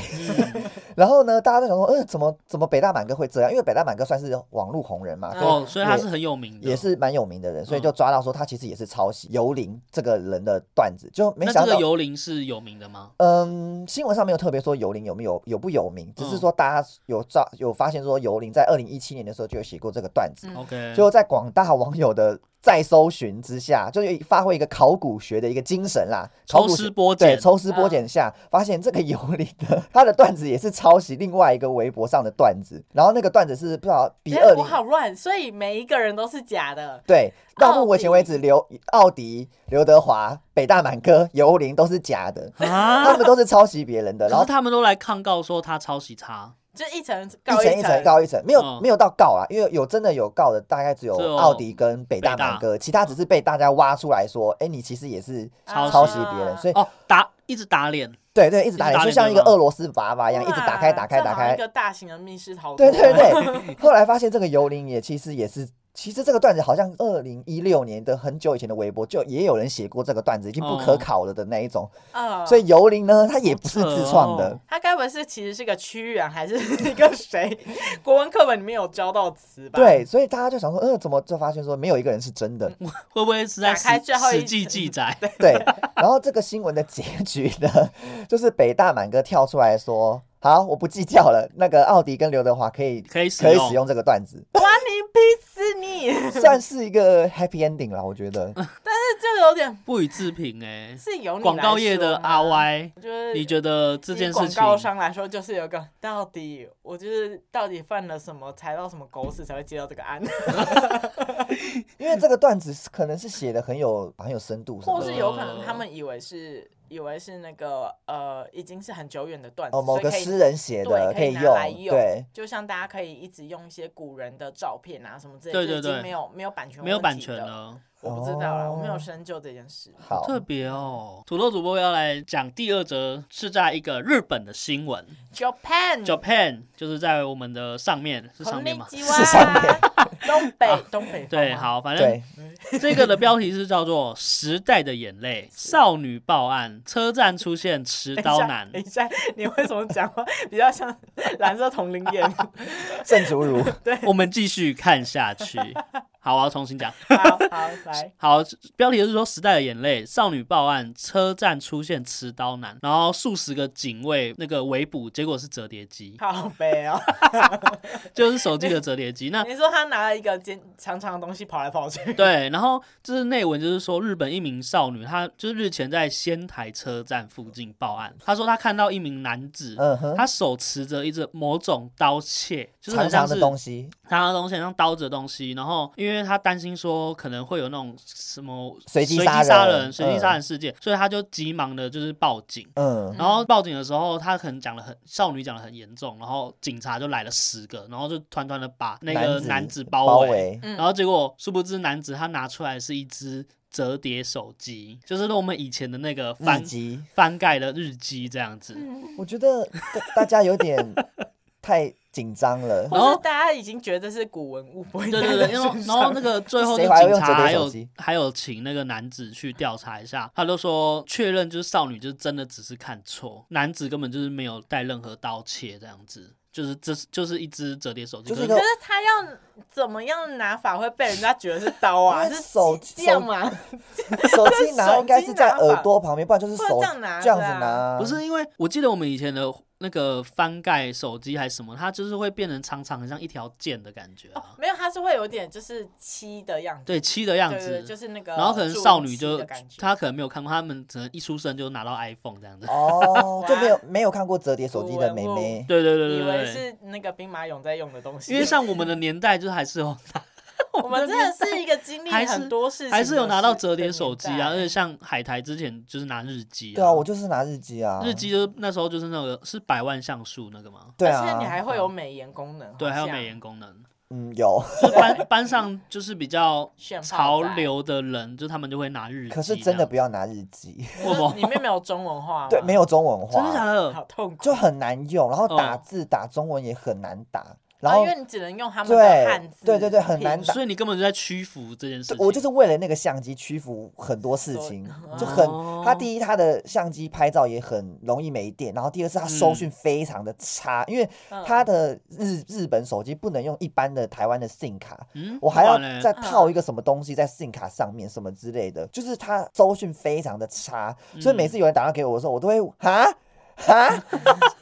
Speaker 2: 嗯
Speaker 3: (laughs) 然后呢，大家都想说，呃，怎么怎么北大满哥会这样？因为北大满哥算是网络红人嘛，
Speaker 1: 嗯
Speaker 3: 所以
Speaker 2: 哦，所以他是很有名的，
Speaker 3: 也是蛮有名的人，所以
Speaker 2: 嗯
Speaker 3: 就抓到说他其实也是抄袭游灵这个人的段子，就没
Speaker 2: 那
Speaker 3: 想
Speaker 2: 这
Speaker 3: 到
Speaker 2: 个。幽灵是有名的吗？
Speaker 3: 嗯，新闻上没有特别说游灵有没有有不有名，只是
Speaker 2: 嗯
Speaker 3: 说大家有抓有发现说游灵在二零一七年的时候就有写过这个段子，
Speaker 1: 嗯
Speaker 2: OK，
Speaker 3: 就在广大网友的再搜寻之下，就是发挥一个考古学的一个精神啦，考
Speaker 2: 抽
Speaker 3: 古
Speaker 2: 丝
Speaker 3: 学
Speaker 2: 剥
Speaker 3: 对
Speaker 2: 茧，
Speaker 3: 抽丝剥茧下，发现这个游灵的他的段子也是抄袭另外一个微博上的段子，然后那个段子是不知道比
Speaker 1: 哎
Speaker 3: 二
Speaker 1: 我
Speaker 3: 零
Speaker 1: 好乱，所以每一个人都是假的。
Speaker 3: 对，到目前为
Speaker 1: 奥
Speaker 3: 止，刘奥迪、刘德华、北大满哥、游灵都是假的，
Speaker 2: 啊！
Speaker 3: 他们都是抄袭
Speaker 2: (laughs)
Speaker 3: 别人的，然
Speaker 2: 可
Speaker 3: 后
Speaker 2: 是他们都来抗告说他抄袭他，
Speaker 1: 就一层
Speaker 3: 一
Speaker 1: 高
Speaker 3: 层一层
Speaker 1: 层，啊
Speaker 3: 告一层，没有、
Speaker 2: 嗯
Speaker 3: 没有到告啊，因为有真的有告的，大概只有
Speaker 2: 只有
Speaker 3: 奥迪跟北大
Speaker 2: 北大
Speaker 3: 满哥，其他只是被大家挖出来说，哎、你其实也是
Speaker 1: 啊
Speaker 3: 抄袭别人，所以、
Speaker 2: 哦，打一直打脸，
Speaker 3: 对对，一直打
Speaker 2: 一直打
Speaker 3: 脸，就
Speaker 2: 脸
Speaker 3: 像一个
Speaker 2: 对吗
Speaker 3: 俄罗斯娃娃一样，一直打开
Speaker 1: 哇
Speaker 3: 打开
Speaker 1: 这
Speaker 3: 打
Speaker 1: 好像
Speaker 3: 开
Speaker 1: 一，个大型的密室逃脱。
Speaker 3: (laughs) 对
Speaker 2: (laughs)
Speaker 3: 对对。后来发现这个游灵也其实也是。其实这个段子好像二零一六年的很久以前的微博就也有人写过这个段子，已经不可
Speaker 2: 哦
Speaker 3: 考了的那一种。
Speaker 1: 嗯，
Speaker 3: 所以游灵呢，它也不是自创
Speaker 2: 好扯
Speaker 3: 的
Speaker 2: 哦，
Speaker 1: 他该不会是其实是个屈原还是一个
Speaker 2: (laughs)
Speaker 1: 谁？国文课本里面有教到词吧？，
Speaker 3: 对，所以大家就想说，呃，怎么就发现说没有一个人是
Speaker 2: (laughs)
Speaker 3: 真的？
Speaker 2: 会不会是在
Speaker 1: 打开
Speaker 2: 史
Speaker 1: 最后一
Speaker 2: 史记记载？
Speaker 3: 对。然后这个新闻的结局呢， (laughs) 就是北大满哥跳出来说：“好，我不计较了，那个奥迪跟刘德华可以
Speaker 2: 可以使
Speaker 3: 可以
Speaker 2: 用
Speaker 3: 使用这个段
Speaker 2: (laughs)
Speaker 3: 子，
Speaker 1: 哇，你逼死你！
Speaker 3: 算是一个 happy ending 了，我觉得。
Speaker 1: 这就有点
Speaker 2: 不予置评哎、
Speaker 1: 是由你
Speaker 2: 广告
Speaker 1: 来
Speaker 2: 业
Speaker 1: 说
Speaker 2: 的
Speaker 1: 吗
Speaker 2: RY，
Speaker 1: 就是
Speaker 2: 你觉得这
Speaker 1: 以
Speaker 2: 件事
Speaker 1: 广
Speaker 2: 情
Speaker 1: 告商来说，就是有一个到底我就是到底犯了什么，踩到什么狗屎才会接到这个案，
Speaker 3: 因为这个段子是可能是写的很有很有深度什么
Speaker 1: 或
Speaker 3: 的，
Speaker 1: 是有可能他们以为是以为是那个呃已经是很久远的段子，
Speaker 3: 哦某
Speaker 1: 所以
Speaker 3: 个
Speaker 1: 可以
Speaker 3: 诗人写的
Speaker 1: 对可以
Speaker 3: 以
Speaker 1: 拿
Speaker 3: 用
Speaker 1: 来，用
Speaker 3: 对。
Speaker 1: 就像大家可以一直用一些古人的照片啊什么之类，
Speaker 2: 对
Speaker 1: 就是
Speaker 2: 对
Speaker 1: 已
Speaker 2: 对
Speaker 1: 经没有没有版权
Speaker 2: 没有
Speaker 1: 问
Speaker 2: 版
Speaker 1: 题
Speaker 2: 权
Speaker 1: 的，
Speaker 2: 了，
Speaker 1: 我不知道啦，我没有
Speaker 3: 哦
Speaker 1: 深究这件事。
Speaker 3: 好，
Speaker 2: 特别哦。土豆主播要来讲第二则，是在一个日本的新闻
Speaker 1: Japan，
Speaker 2: ，Japan 就是在我们的上面是上面吗？啊
Speaker 1: 基
Speaker 3: 是上面
Speaker 1: 啊东北东北
Speaker 2: 对，
Speaker 1: 方吗，
Speaker 2: 好，反正 (laughs)
Speaker 3: 对，
Speaker 2: 这个的标题是叫做《时代的眼
Speaker 1: (laughs)
Speaker 2: 泪》，少女报案，车站出现持
Speaker 1: 等一
Speaker 2: 刀
Speaker 1: 下
Speaker 2: 男
Speaker 1: 等。一下，你为什么讲话 (laughs) 比较像蓝色同龄
Speaker 2: (laughs)
Speaker 1: 眼？
Speaker 3: 郑竹如
Speaker 2: 我们继续看下去。 (laughs) 好，我要重新讲。
Speaker 1: 好好来，
Speaker 2: 好，标题就是说《时代的眼泪》，少女报案，车站出现持刀男，然后数十个警卫那个围捕，结果是折叠机，
Speaker 1: 靠背
Speaker 2: (laughs)
Speaker 1: 哦。
Speaker 2: 就是手机的折叠机。
Speaker 1: (laughs)
Speaker 2: 那
Speaker 1: 你说他拿了一个尖长长的东西跑来跑去，
Speaker 2: 对，然后就是内文就是说，日本一名少女，她就是日前在仙台车站附近报案，她说她看到一名男子，
Speaker 3: 嗯哼，
Speaker 2: 他手持着一只某种刀切，就是
Speaker 3: 长
Speaker 2: 很像
Speaker 3: 长
Speaker 2: 是
Speaker 3: 的东西，
Speaker 2: 长的东西，很像刀子的东西。然后，因为他担心说可能会有那种什么
Speaker 3: 随机
Speaker 2: 机
Speaker 3: 杀
Speaker 2: 杀
Speaker 3: 人
Speaker 2: 人、随机杀
Speaker 3: 嗯
Speaker 2: 人事件，所以他就急忙的就是报警。
Speaker 3: 嗯，
Speaker 2: 然后报警的时候，他可能讲的很少女讲的很严重，然后警察就来了十个，然后就团团的把那个男子包
Speaker 3: 包
Speaker 2: 围，
Speaker 3: 围，
Speaker 1: 嗯
Speaker 2: 然后结果殊不知男子他拿出来是一只折叠手机，就是我们以前的那个
Speaker 3: 日
Speaker 2: 翻
Speaker 3: 籍
Speaker 2: 翻盖的日记这样子。
Speaker 3: 我觉得大大家有 (laughs) 点太紧张 (laughs) 了。
Speaker 1: 或
Speaker 2: 然后
Speaker 1: 是大家已经觉得是古文物，不会
Speaker 2: 对
Speaker 1: 带
Speaker 2: 对
Speaker 1: 在
Speaker 2: 对，然后
Speaker 1: 身
Speaker 2: 然后
Speaker 1: 上
Speaker 2: 那个最后
Speaker 3: 谁
Speaker 2: 就
Speaker 3: 还用
Speaker 2: 警
Speaker 3: 折
Speaker 2: 察
Speaker 3: 叠
Speaker 2: 还
Speaker 3: 手
Speaker 2: 有
Speaker 3: 机
Speaker 2: 还有请那个男子去调查一下，他就说确认就是少女就是真的只是看错，男子根本就是没有带任何刀切这样子，就是这是就是一只折叠手机，
Speaker 3: 就是一
Speaker 2: 可
Speaker 3: 个
Speaker 1: 可是他要怎么样拿法会被人家觉得是刀啊？
Speaker 3: 因为
Speaker 1: 是啊
Speaker 3: 手
Speaker 1: 这样嘛？
Speaker 3: 手机拿
Speaker 1: 手
Speaker 3: 应该
Speaker 1: 机
Speaker 3: 是在
Speaker 1: 拿
Speaker 3: 耳
Speaker 1: 吧
Speaker 3: 朵旁边，不然就是
Speaker 1: 不然
Speaker 3: 手
Speaker 1: 这样拿
Speaker 3: 这样子
Speaker 1: 着啊
Speaker 3: 拿。
Speaker 2: 不是因为我记得我们以前的那个翻盖手机还是什么，它就是会变成长长很像一条剑的感觉啊，
Speaker 1: 没有，他是会有点就是漆的样子，
Speaker 2: 对，漆的样
Speaker 1: 对对，
Speaker 2: 子，
Speaker 1: 就是那个注音漆的感觉。
Speaker 2: 然后可能少女就她可能没有看过，他们可能一出生就拿到 iPhone 这样
Speaker 1: (laughs)
Speaker 2: 子，
Speaker 3: 哦，就没有
Speaker 1: 哇
Speaker 3: 没有看过折叠手机的妹
Speaker 1: 古文
Speaker 3: 妹，
Speaker 2: 对对对对
Speaker 1: 以
Speaker 2: 对
Speaker 1: 为
Speaker 2: 对。
Speaker 1: 是那个兵马俑在用的东西，
Speaker 2: 因为像我们的年代，就是还是有
Speaker 1: 我们真的是一个经历
Speaker 2: 还是
Speaker 1: 很多事情的
Speaker 2: 还
Speaker 1: 事，
Speaker 2: 是有拿到折叠手机啊，
Speaker 1: 的
Speaker 2: 而且
Speaker 1: 年代欸
Speaker 2: 像海苔之前就是拿日机
Speaker 3: 对啊，我就是拿日记
Speaker 1: 嗯
Speaker 3: 啊，
Speaker 2: 日机就是那时候就是那个是百万像素那个吗？
Speaker 3: 对
Speaker 1: 而且你
Speaker 3: 啊，
Speaker 1: 还会有美颜功能，
Speaker 2: 嗯对，
Speaker 1: 好
Speaker 2: 还
Speaker 1: 像
Speaker 2: 有美颜功能，
Speaker 3: 嗯，有。
Speaker 2: 就是
Speaker 1: (laughs)
Speaker 2: 班班上就是比较
Speaker 1: 炫炮仔
Speaker 2: 潮流的人，就他们就会拿日记这样。
Speaker 3: 可是真的不要拿日记，
Speaker 2: 为什么
Speaker 1: 里面没有中文化吗，
Speaker 3: 对，没有中文
Speaker 2: 啊真的假
Speaker 3: 化，
Speaker 1: 好
Speaker 2: 的？
Speaker 1: 痛苦。
Speaker 3: 就很难用，然后打
Speaker 2: 嗯
Speaker 3: 字打中文也很难
Speaker 2: 哦
Speaker 3: 打，然
Speaker 1: 然后、
Speaker 3: 后
Speaker 1: 哦因为你只能用他们
Speaker 3: 对
Speaker 1: 的汉字拼，
Speaker 3: 对对对很难打
Speaker 2: 所以你根本就在屈服这件事
Speaker 3: 就
Speaker 2: 情。
Speaker 3: 我就是为了那个相机屈服很多事情，就很
Speaker 2: 哦
Speaker 3: 他第一他的相机拍照也很容易没电，然后第二是他收
Speaker 2: 嗯
Speaker 3: 讯非常的差，因为
Speaker 1: 嗯
Speaker 3: 他的日日本手机不能用一般的台湾的 SIM 卡。
Speaker 2: 嗯，
Speaker 3: 我还要
Speaker 2: 不然嘞嗯
Speaker 3: 再套一个什么东西在 SIM 卡上面，什么之类的，就是他收讯非常的差，所以每次有人打电话给我的时候，我都会哈
Speaker 2: (laughs)
Speaker 3: 哈，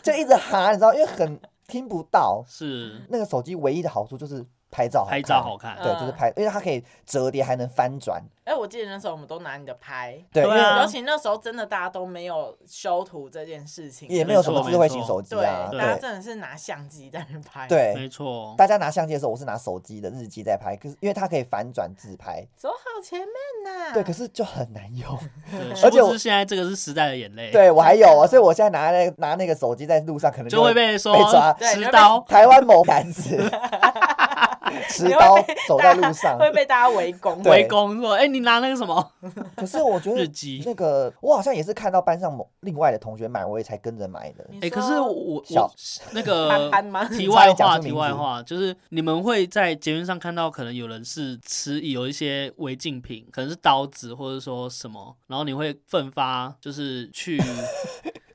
Speaker 3: 就一直哈，你知道，因为很听不到。
Speaker 2: 是
Speaker 3: 那个手机唯一的好处就是拍照好看，
Speaker 2: 拍照好看。嗯
Speaker 3: 对，就是拍，因为它可以折叠，还能翻转。
Speaker 1: 哎、我记得那时候我们都拿你的拍，
Speaker 3: 对，因
Speaker 2: 对啊
Speaker 3: 为
Speaker 1: 尤其那时候真的大家都没有修图这件事情，
Speaker 3: 也没有什么
Speaker 2: 没错
Speaker 3: 智慧型手机
Speaker 1: 对，
Speaker 3: 啊，
Speaker 1: 大家
Speaker 3: 对
Speaker 1: 真的是拿相机在那拍。，
Speaker 3: 对。
Speaker 2: 没错。
Speaker 3: 大家拿相机的时候，我是拿手机的日记在拍，可是因为
Speaker 2: 啊
Speaker 3: 它可以反转自拍，
Speaker 1: 走好前面呐、
Speaker 3: 对，可是就很难用。
Speaker 2: 对，
Speaker 3: 而且
Speaker 2: 殊不
Speaker 3: 我
Speaker 2: 知现在这个是时代的眼泪，，
Speaker 3: 对我还有啊，所以我现在拿那拿那个手机在路上，可能
Speaker 2: 就会被说
Speaker 3: 被抓
Speaker 1: 对
Speaker 2: 持刀。
Speaker 3: 台湾某男
Speaker 1: (laughs)
Speaker 3: 子持刀
Speaker 1: 你会被
Speaker 3: 走在路上。
Speaker 1: 会被大家围攻。
Speaker 3: 对
Speaker 2: 围攻说：“哎、你拿那个什么
Speaker 3: 可是我觉
Speaker 2: 日
Speaker 3: 得
Speaker 2: 记
Speaker 3: 那个，我好像也是看到班上某另外的同学买，我也才跟着买的。？”
Speaker 1: 你
Speaker 2: 哎、
Speaker 1: 说
Speaker 2: 可是我我
Speaker 3: 小
Speaker 2: 那个
Speaker 1: 潘潘吗
Speaker 2: 题外
Speaker 3: 你差
Speaker 2: 话，
Speaker 3: 点讲出
Speaker 2: 题
Speaker 3: 名字
Speaker 2: 外话就是你们会在捷运上看到，可能有人是持有一些违禁品，可能是刀子或者说什么，然后你会奋发，就是
Speaker 3: (laughs)
Speaker 2: 去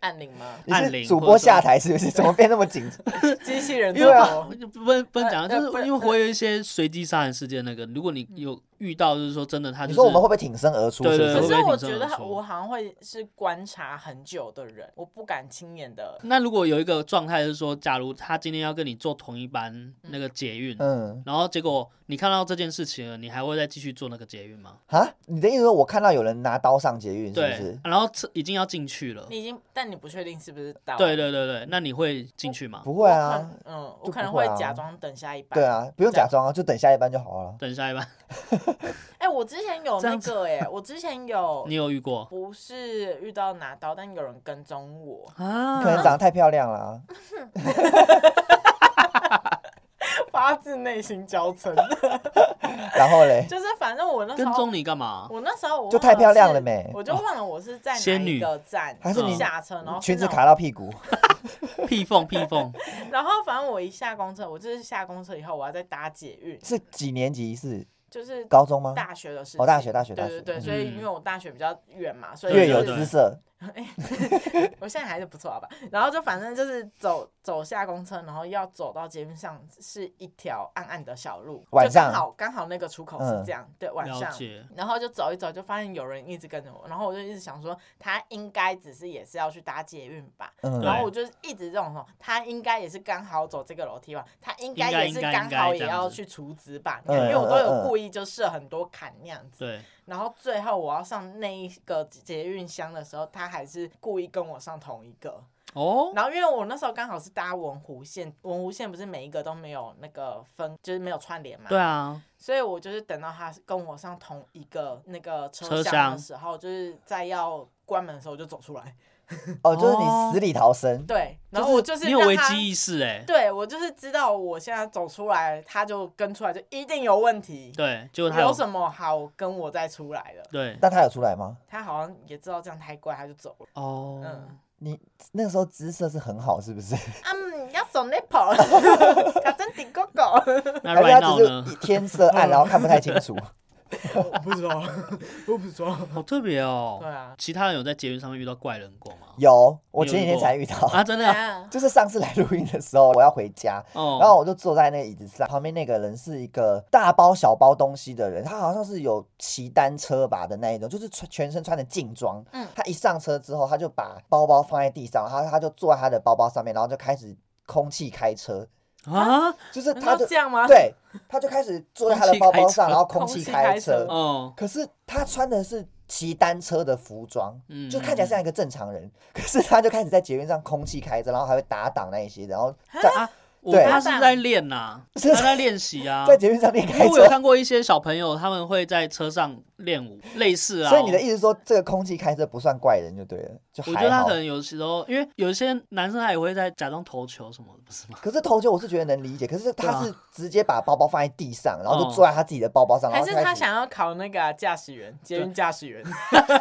Speaker 1: 按铃吗？
Speaker 3: 你
Speaker 2: 按铃
Speaker 3: 是主
Speaker 2: 或者
Speaker 3: 播
Speaker 2: 说
Speaker 3: 下台是不 (laughs) 是？怎么变那么
Speaker 2: (laughs)
Speaker 3: 紧张？
Speaker 1: 机器人
Speaker 3: 因为啊
Speaker 1: 做
Speaker 2: 不不不能讲，
Speaker 1: 呃呃
Speaker 2: 就是因为会有一些随机杀人事件那个，如果你有遇到，就是说真的，他就
Speaker 3: 嗯你
Speaker 2: 是
Speaker 3: 说我们会不会挺身而出？
Speaker 2: 对
Speaker 3: 是不
Speaker 2: 对
Speaker 1: 可
Speaker 3: 是
Speaker 1: 是
Speaker 2: 对
Speaker 1: 呃我
Speaker 2: 对
Speaker 1: 觉
Speaker 2: 对
Speaker 1: 得
Speaker 2: 对
Speaker 1: 我好像会是观察很久的人，我不敢亲眼的。
Speaker 2: 那如果有一个状态是说，假如他今天要跟你坐同一班那个捷运，
Speaker 3: 嗯，
Speaker 2: 然后结果你看到这件事情了，你还会再继续做那个捷运吗？
Speaker 3: 啊，你的意思说我看到有人拿刀上捷运，是不
Speaker 2: 对
Speaker 3: 是，？
Speaker 2: 然后车已经要进去了，
Speaker 1: 你已经，但你不确定是不是到。
Speaker 2: 对对对对，那你会进去吗？
Speaker 3: 不
Speaker 1: 我
Speaker 3: 会
Speaker 1: 可
Speaker 3: 啊
Speaker 1: 能，，嗯，
Speaker 3: 就
Speaker 1: 我可能
Speaker 3: 不会
Speaker 1: 会
Speaker 3: 啊
Speaker 1: 假装等下一班。
Speaker 3: 对。啊，不用假装啊，就等下一班就好了。
Speaker 2: 等下一班，
Speaker 1: 哎、我之前有
Speaker 2: 这
Speaker 1: 那
Speaker 2: 样子
Speaker 1: 个、哎，我之前有
Speaker 2: 你有遇过
Speaker 1: 不是遇到拿刀，但有人跟踪我，
Speaker 3: 你可能
Speaker 2: 啊？
Speaker 3: 长得太漂亮了啊，
Speaker 1: (laughs) 发自内心娇嗔。
Speaker 3: 然后嘞，
Speaker 1: (laughs) 就是反正我那时
Speaker 2: 跟
Speaker 1: 候
Speaker 2: 踪你干嘛？
Speaker 1: 我那时候我
Speaker 3: 啊就
Speaker 1: 忘了
Speaker 3: 太漂亮了
Speaker 1: 是
Speaker 3: 没哦
Speaker 1: 我就忘了我是在哪
Speaker 2: 仙女
Speaker 1: 一个站，
Speaker 3: 还是你
Speaker 1: 下车，然后
Speaker 3: 裙子
Speaker 1: 是那
Speaker 3: 卡到屁股，
Speaker 2: 屁缝屁缝，
Speaker 1: 种，然后反正我一下公车，我就是下公车以后，我要再搭捷运，
Speaker 3: 是几年级？是
Speaker 1: 就是
Speaker 3: 高中吗？
Speaker 1: 大学的事情。
Speaker 3: 哦大学大学
Speaker 1: 对
Speaker 3: 大
Speaker 1: 对
Speaker 3: 学
Speaker 1: 对，
Speaker 3: 嗯
Speaker 1: 所以因为我大学比较远嘛，所以
Speaker 3: 越
Speaker 1: 就
Speaker 3: 有
Speaker 1: 是
Speaker 3: 姿色，
Speaker 1: 我现在还是不错好吧。然后就反正就是走走下公车，然后要走到捷运上是一条暗暗的小路，
Speaker 3: 晚上
Speaker 1: 就刚好刚好那个出口是这样，对，晚
Speaker 2: 了
Speaker 1: 上。
Speaker 2: 解。
Speaker 1: 然后就走一走，就发现有人一直跟着我，然后我就一直想说，他应该只是也是要去搭捷运吧。
Speaker 3: 嗯，
Speaker 2: 对
Speaker 1: 然后我就一直这种说，他应该也是刚好走这个楼梯吧，他应该
Speaker 2: 应该
Speaker 1: 也是
Speaker 2: 应该应
Speaker 1: 刚
Speaker 2: 该
Speaker 1: 好
Speaker 2: 这
Speaker 1: 也
Speaker 2: 样
Speaker 1: 要
Speaker 2: 子
Speaker 1: 去除子吧，
Speaker 3: 嗯
Speaker 1: 因为我
Speaker 3: 嗯
Speaker 1: 都
Speaker 3: 嗯
Speaker 1: 有
Speaker 3: 嗯
Speaker 1: 故意就设很多坎那样子。
Speaker 2: 对，
Speaker 1: 然后最后我要上那一个捷运箱的时候，他还是故意跟我上同一个。
Speaker 2: 哦，
Speaker 1: 然后因为我那时候刚好是搭文湖线，文湖线不是每一个都没有那个分，就是没有串联嘛。
Speaker 2: 对啊，
Speaker 1: 所以我就是等到他跟我上同一个那个
Speaker 2: 车
Speaker 1: 车
Speaker 2: 厢
Speaker 1: 厢的时候，就是在要关门的时候我就走出来。
Speaker 3: 哦，就是
Speaker 2: 哦
Speaker 3: 你死里逃生，
Speaker 1: 对，然后我就是
Speaker 2: 你有
Speaker 1: 让
Speaker 2: 危
Speaker 1: 他
Speaker 2: 机意识哎，
Speaker 1: 对我就是知道我现在走出来，他就跟出来就一定有问题，
Speaker 2: 对，结果他
Speaker 1: 有什么好跟我再出来的？
Speaker 2: 对
Speaker 3: 但他有出来吗？
Speaker 1: 他好像也知道这样太怪，他就走了。
Speaker 2: 哦，
Speaker 1: 嗯
Speaker 3: 你那个时候姿色是很好，是不是？
Speaker 1: (laughs) 嗯，要手那跑， (laughs) 卡真顶狗狗，
Speaker 2: 那
Speaker 3: 还是
Speaker 2: right
Speaker 3: 他
Speaker 2: now 呢 (laughs)
Speaker 3: 只？是天色暗，然后看不太清楚？
Speaker 1: 我不知道，我不知道。
Speaker 2: 好特别哦。
Speaker 1: 对啊，
Speaker 2: 其他人有在捷运上面遇到怪人过吗？
Speaker 3: 有，我前几天才遇到， (laughs)
Speaker 2: 啊，真
Speaker 1: (laughs)
Speaker 2: 的啊、
Speaker 1: 啊
Speaker 3: 就是上次来录音的时候，我要回家，
Speaker 2: 哦，
Speaker 3: 然后我就坐在那个椅子上，旁边那个人是一个大包小包东西的人，他好像是有骑单车吧的那一种，就是穿全身穿的劲装。
Speaker 1: 嗯
Speaker 3: 他一上车之后，他就把包包放在地上，他他就坐在他的包包上面，然后就开始空气开车，
Speaker 2: 啊，
Speaker 3: 就是
Speaker 1: 你
Speaker 3: 他
Speaker 1: 说
Speaker 3: 就
Speaker 1: 这样 (laughs) 吗？，
Speaker 3: 对，他就开始坐在他的包包上，然后空气
Speaker 1: 空
Speaker 3: 开
Speaker 1: 气开车
Speaker 3: 车。
Speaker 2: 哦，
Speaker 3: 可是他穿的是骑单车的服装，
Speaker 2: 嗯，
Speaker 3: 就看起来像一个正常人， (laughs) 可是他就开始在捷运上空气开车，然后还会打挡那一些，然后在
Speaker 2: 啊，我
Speaker 3: 对
Speaker 2: 他是在练呐、
Speaker 3: 是
Speaker 2: 他在练习啊。
Speaker 3: (laughs) 在捷运上面
Speaker 2: 因
Speaker 3: 开
Speaker 2: 为我有
Speaker 3: 车。
Speaker 2: 看过一些小朋友，他们会在车上练
Speaker 3: (laughs)
Speaker 2: 舞，类似啊。
Speaker 3: 所以你的意思说，这个空气开车不算怪人就对了，就
Speaker 2: 我觉得
Speaker 3: 还
Speaker 2: 他
Speaker 3: 好
Speaker 2: 可。能有时候，因为有一些男生他也会在假装投球什么
Speaker 3: (laughs)
Speaker 2: 的，不是吗？
Speaker 3: 可是投球我是觉得能理解，可是他
Speaker 2: 对
Speaker 3: 是直接把包包放在地上，然后
Speaker 2: 哦
Speaker 3: 就坐在他自己的包包上，然
Speaker 1: 还
Speaker 3: 后
Speaker 1: 是
Speaker 3: 就开
Speaker 1: 他
Speaker 3: 始
Speaker 1: 想要考那个啊驾驶员，捷运驾驶员。 (laughs)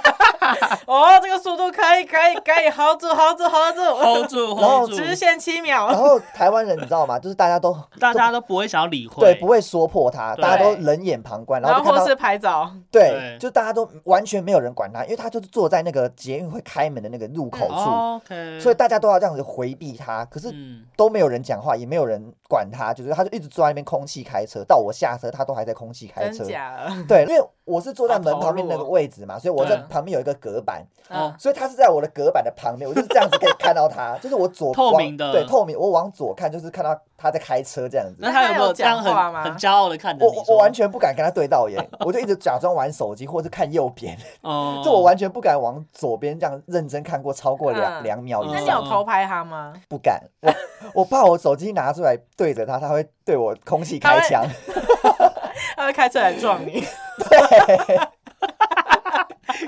Speaker 1: 哦，这个速度可以，可以，可以，hold 住，hold 住，hold 住，
Speaker 2: hold 住
Speaker 3: 然后
Speaker 2: ，hold 住，
Speaker 1: 直线七
Speaker 3: 然
Speaker 1: 秒。
Speaker 3: 后台湾人你知道吗？就是大家都
Speaker 2: 大家都不会想要理会，
Speaker 3: 对不会说破他，
Speaker 2: 对
Speaker 3: 大家都冷眼旁观，然
Speaker 1: 然
Speaker 3: 后
Speaker 1: 后
Speaker 3: 就看
Speaker 1: 或
Speaker 3: 到
Speaker 1: 是拍照，
Speaker 3: 对
Speaker 2: 对，
Speaker 3: 就大家都完全没有人管他，因为他就是坐在那个捷运会开门的那个入口处，
Speaker 2: 哦 OK，
Speaker 3: 所以大家都要这样子回避他，可是
Speaker 2: 嗯，
Speaker 3: 都没有人讲话，也没有人管他，就是他就一直坐在那边空气开车，到我下车他都还在空气开
Speaker 1: 真
Speaker 3: 车。
Speaker 1: 假的？
Speaker 3: 对，因为我是坐在
Speaker 1: 好
Speaker 3: 门
Speaker 1: 投
Speaker 3: 旁边
Speaker 1: 入
Speaker 2: (laughs)
Speaker 3: 那个
Speaker 1: 哦
Speaker 3: 位置嘛，所以我在
Speaker 2: 对
Speaker 3: 旁边有一个
Speaker 2: (laughs)
Speaker 3: 隔板，
Speaker 2: 哦
Speaker 1: 嗯，
Speaker 3: 所以他是在我的隔板的旁边，我就是这样子可以看到他，就是我左
Speaker 2: 透
Speaker 3: 往
Speaker 2: 明的
Speaker 3: 对，透明，我往左看就是看到他在开车这样子。
Speaker 2: 那他有没
Speaker 1: 那他
Speaker 2: 有
Speaker 1: 有
Speaker 2: 这样
Speaker 1: 讲话
Speaker 2: 很
Speaker 1: 吗
Speaker 2: 很骄傲的看着
Speaker 3: 我
Speaker 2: 你
Speaker 3: 我
Speaker 2: 说？
Speaker 3: 我完全不敢跟他对到眼，我就一直假装玩手机或是看右边， (laughs)
Speaker 2: 哦，
Speaker 3: 就我完全不敢往左边这样认真看过超过两
Speaker 1: 嗯
Speaker 3: 两秒以
Speaker 1: (laughs) 那你
Speaker 3: 上，
Speaker 1: 有偷拍他吗？
Speaker 3: 不敢。我我怕我手机拿出来对着他，他会对我空气开
Speaker 1: 他会
Speaker 3: 枪。 (laughs)
Speaker 1: 他会开车来撞你，
Speaker 3: 对，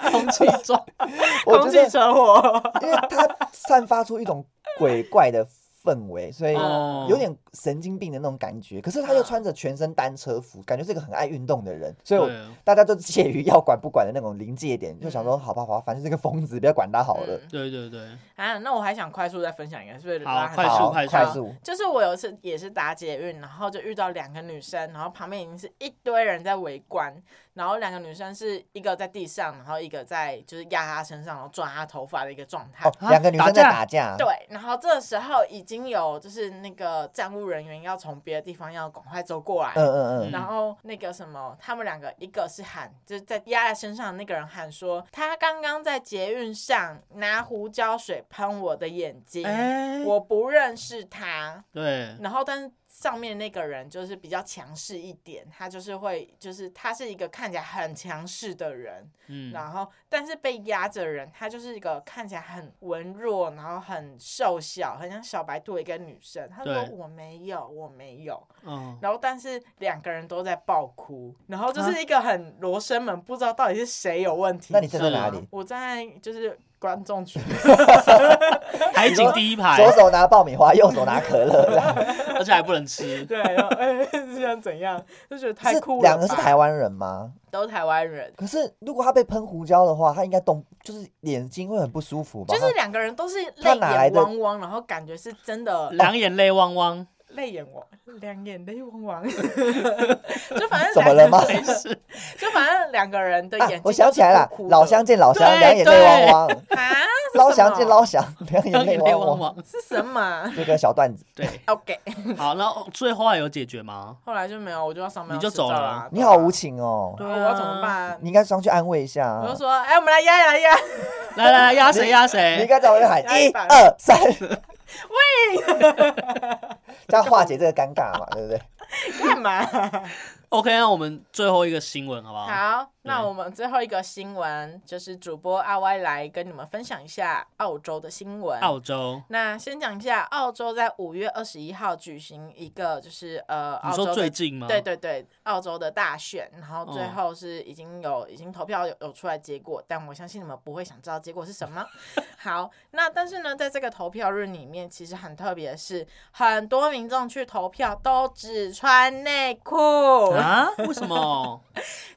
Speaker 2: 空 (laughs) 气中，
Speaker 3: 我
Speaker 1: 空气
Speaker 3: 觉得
Speaker 1: 车祸。
Speaker 3: 因为他散发出一种鬼怪的氛围，所以
Speaker 1: 嗯
Speaker 2: 哦
Speaker 3: 有点神经病的那种感觉。可是他又穿着全身单车服，感觉是一个很爱运动的人，所以我
Speaker 2: 对
Speaker 3: 大家都介于要管不管的那种临界点，就想说好吧，好吧，反正是个疯子，不要管他好了。
Speaker 1: 嗯
Speaker 2: 对对对，
Speaker 1: 啊，那我还想快速再分享一个，是不是
Speaker 2: 好
Speaker 1: 拉很
Speaker 2: 快速
Speaker 1: 长
Speaker 3: 好，
Speaker 2: 快速
Speaker 3: 快速，
Speaker 1: 就是我有一次也是搭捷运，然后就遇到两个女生，然后旁边已经是一堆人在围观，然后两个女生是一个在地上，然后一个在就是压她身上，然后抓她头发的一个状态。
Speaker 3: 哦，两个女生在打
Speaker 1: 啊
Speaker 3: 架，
Speaker 1: 对，然后这时候已经有就是那个站务人员要从别的地方要赶快走过来，
Speaker 3: 嗯嗯嗯，
Speaker 1: 然后那个什么，他们两个一个是喊，就是在压在身上的那个人喊说，他刚刚在捷运上拿胡椒水喷我的眼睛，
Speaker 2: 哎，
Speaker 1: 我不认识他。
Speaker 2: 对，
Speaker 1: 然后，但是上面那个人就是比较强势一点，他就是会，就是他是一个看起来很强势的人，
Speaker 2: 嗯，
Speaker 1: 然后但是被压着的人，她就是一个看起来很文弱，然后很瘦小，很像小白兔的一个女生。她说
Speaker 2: 对
Speaker 1: 我没有，我没有。
Speaker 2: 嗯，
Speaker 1: 然后但是两个人都在爆哭，然后就是一个很罗生门，不知道到底是谁有问题。
Speaker 3: 啊那你站在哪
Speaker 2: 是
Speaker 3: 里？
Speaker 1: 我在就是观众群，
Speaker 2: 海景第一排，
Speaker 3: 左手拿爆
Speaker 1: (laughs)
Speaker 3: 米花，右手拿可乐，这样
Speaker 2: 而且还不能
Speaker 3: (laughs)
Speaker 2: 吃，
Speaker 1: (laughs) 对，然后哎，是想怎样？就觉得太
Speaker 3: 是
Speaker 1: 酷了吧。
Speaker 3: 两个是台湾人吗？
Speaker 1: 都台湾人，
Speaker 3: 可是如果他被喷胡椒的话，他应该动，就是眼睛会很不舒服吧？
Speaker 1: 就是两个人都是
Speaker 3: 他
Speaker 1: 泪
Speaker 3: 哪来
Speaker 1: 眼
Speaker 3: 的
Speaker 1: 汪汪，然后感觉是真
Speaker 3: 哦
Speaker 1: 的
Speaker 2: 两眼泪汪汪，
Speaker 1: 泪眼汪，两眼泪汪汪， (laughs) 就反正
Speaker 3: 怎么
Speaker 1: 两
Speaker 3: 了吗？
Speaker 2: 没事，
Speaker 1: 就反正两个人的
Speaker 3: 啊
Speaker 1: 眼睛、
Speaker 3: 我想起来了，老乡见老乡，
Speaker 2: 对
Speaker 3: 两眼泪汪汪； (laughs)
Speaker 1: 啊，是
Speaker 3: 老
Speaker 1: 什
Speaker 3: 乡
Speaker 1: 么
Speaker 3: 见老乡，两眼
Speaker 2: 两
Speaker 3: 泪
Speaker 2: 眼泪汪
Speaker 3: 汪汪。
Speaker 2: 汪，
Speaker 1: 是什么
Speaker 3: (laughs)
Speaker 1: 啊
Speaker 3: 这个小段子，
Speaker 2: 对，
Speaker 1: ？OK，
Speaker 2: (laughs) 好，然后最后还有解决吗？
Speaker 1: 后来就没有，我就要上班，
Speaker 2: 你就
Speaker 1: 要迟到
Speaker 2: 走了
Speaker 1: 啊
Speaker 3: 你好无，情哦
Speaker 1: 对！
Speaker 2: 对
Speaker 1: 啊
Speaker 2: 啊
Speaker 1: 我要怎么办？
Speaker 3: 你应该上去安慰一下
Speaker 1: 我就
Speaker 3: 啊。
Speaker 1: 说，哎，我们来压压压，
Speaker 2: 来来，来压谁压
Speaker 3: 你应
Speaker 2: 谁，
Speaker 3: 该在外面喊
Speaker 1: 压
Speaker 3: 一
Speaker 1: 一百
Speaker 3: 二三，喂， (laughs)
Speaker 1: (laughs)
Speaker 3: 这样化解这个尴尬嘛，对不对？
Speaker 1: 干
Speaker 3: (laughs)
Speaker 1: 嘛？
Speaker 2: OK，那我们最后一个新闻好不好？
Speaker 1: 好，那我们最后一个新闻就是主播阿 Y 来跟你们分享一下澳洲的新闻。
Speaker 2: 澳洲，
Speaker 1: 那先讲一下，澳洲在五月二十一号举行一个就是呃，
Speaker 2: 你
Speaker 1: 澳洲
Speaker 2: 说
Speaker 1: 的
Speaker 2: 最近吗？
Speaker 1: 对对对，澳洲的大选，然后最
Speaker 2: 哦
Speaker 1: 后是已经有、已经投票有有出来结果，但我相信你们不会想知道结果是什么。 (laughs) 好，那但是呢，在这个投票日里面，其实很特别的是，很多民众去投票都只穿内裤，
Speaker 2: 啊？为什么？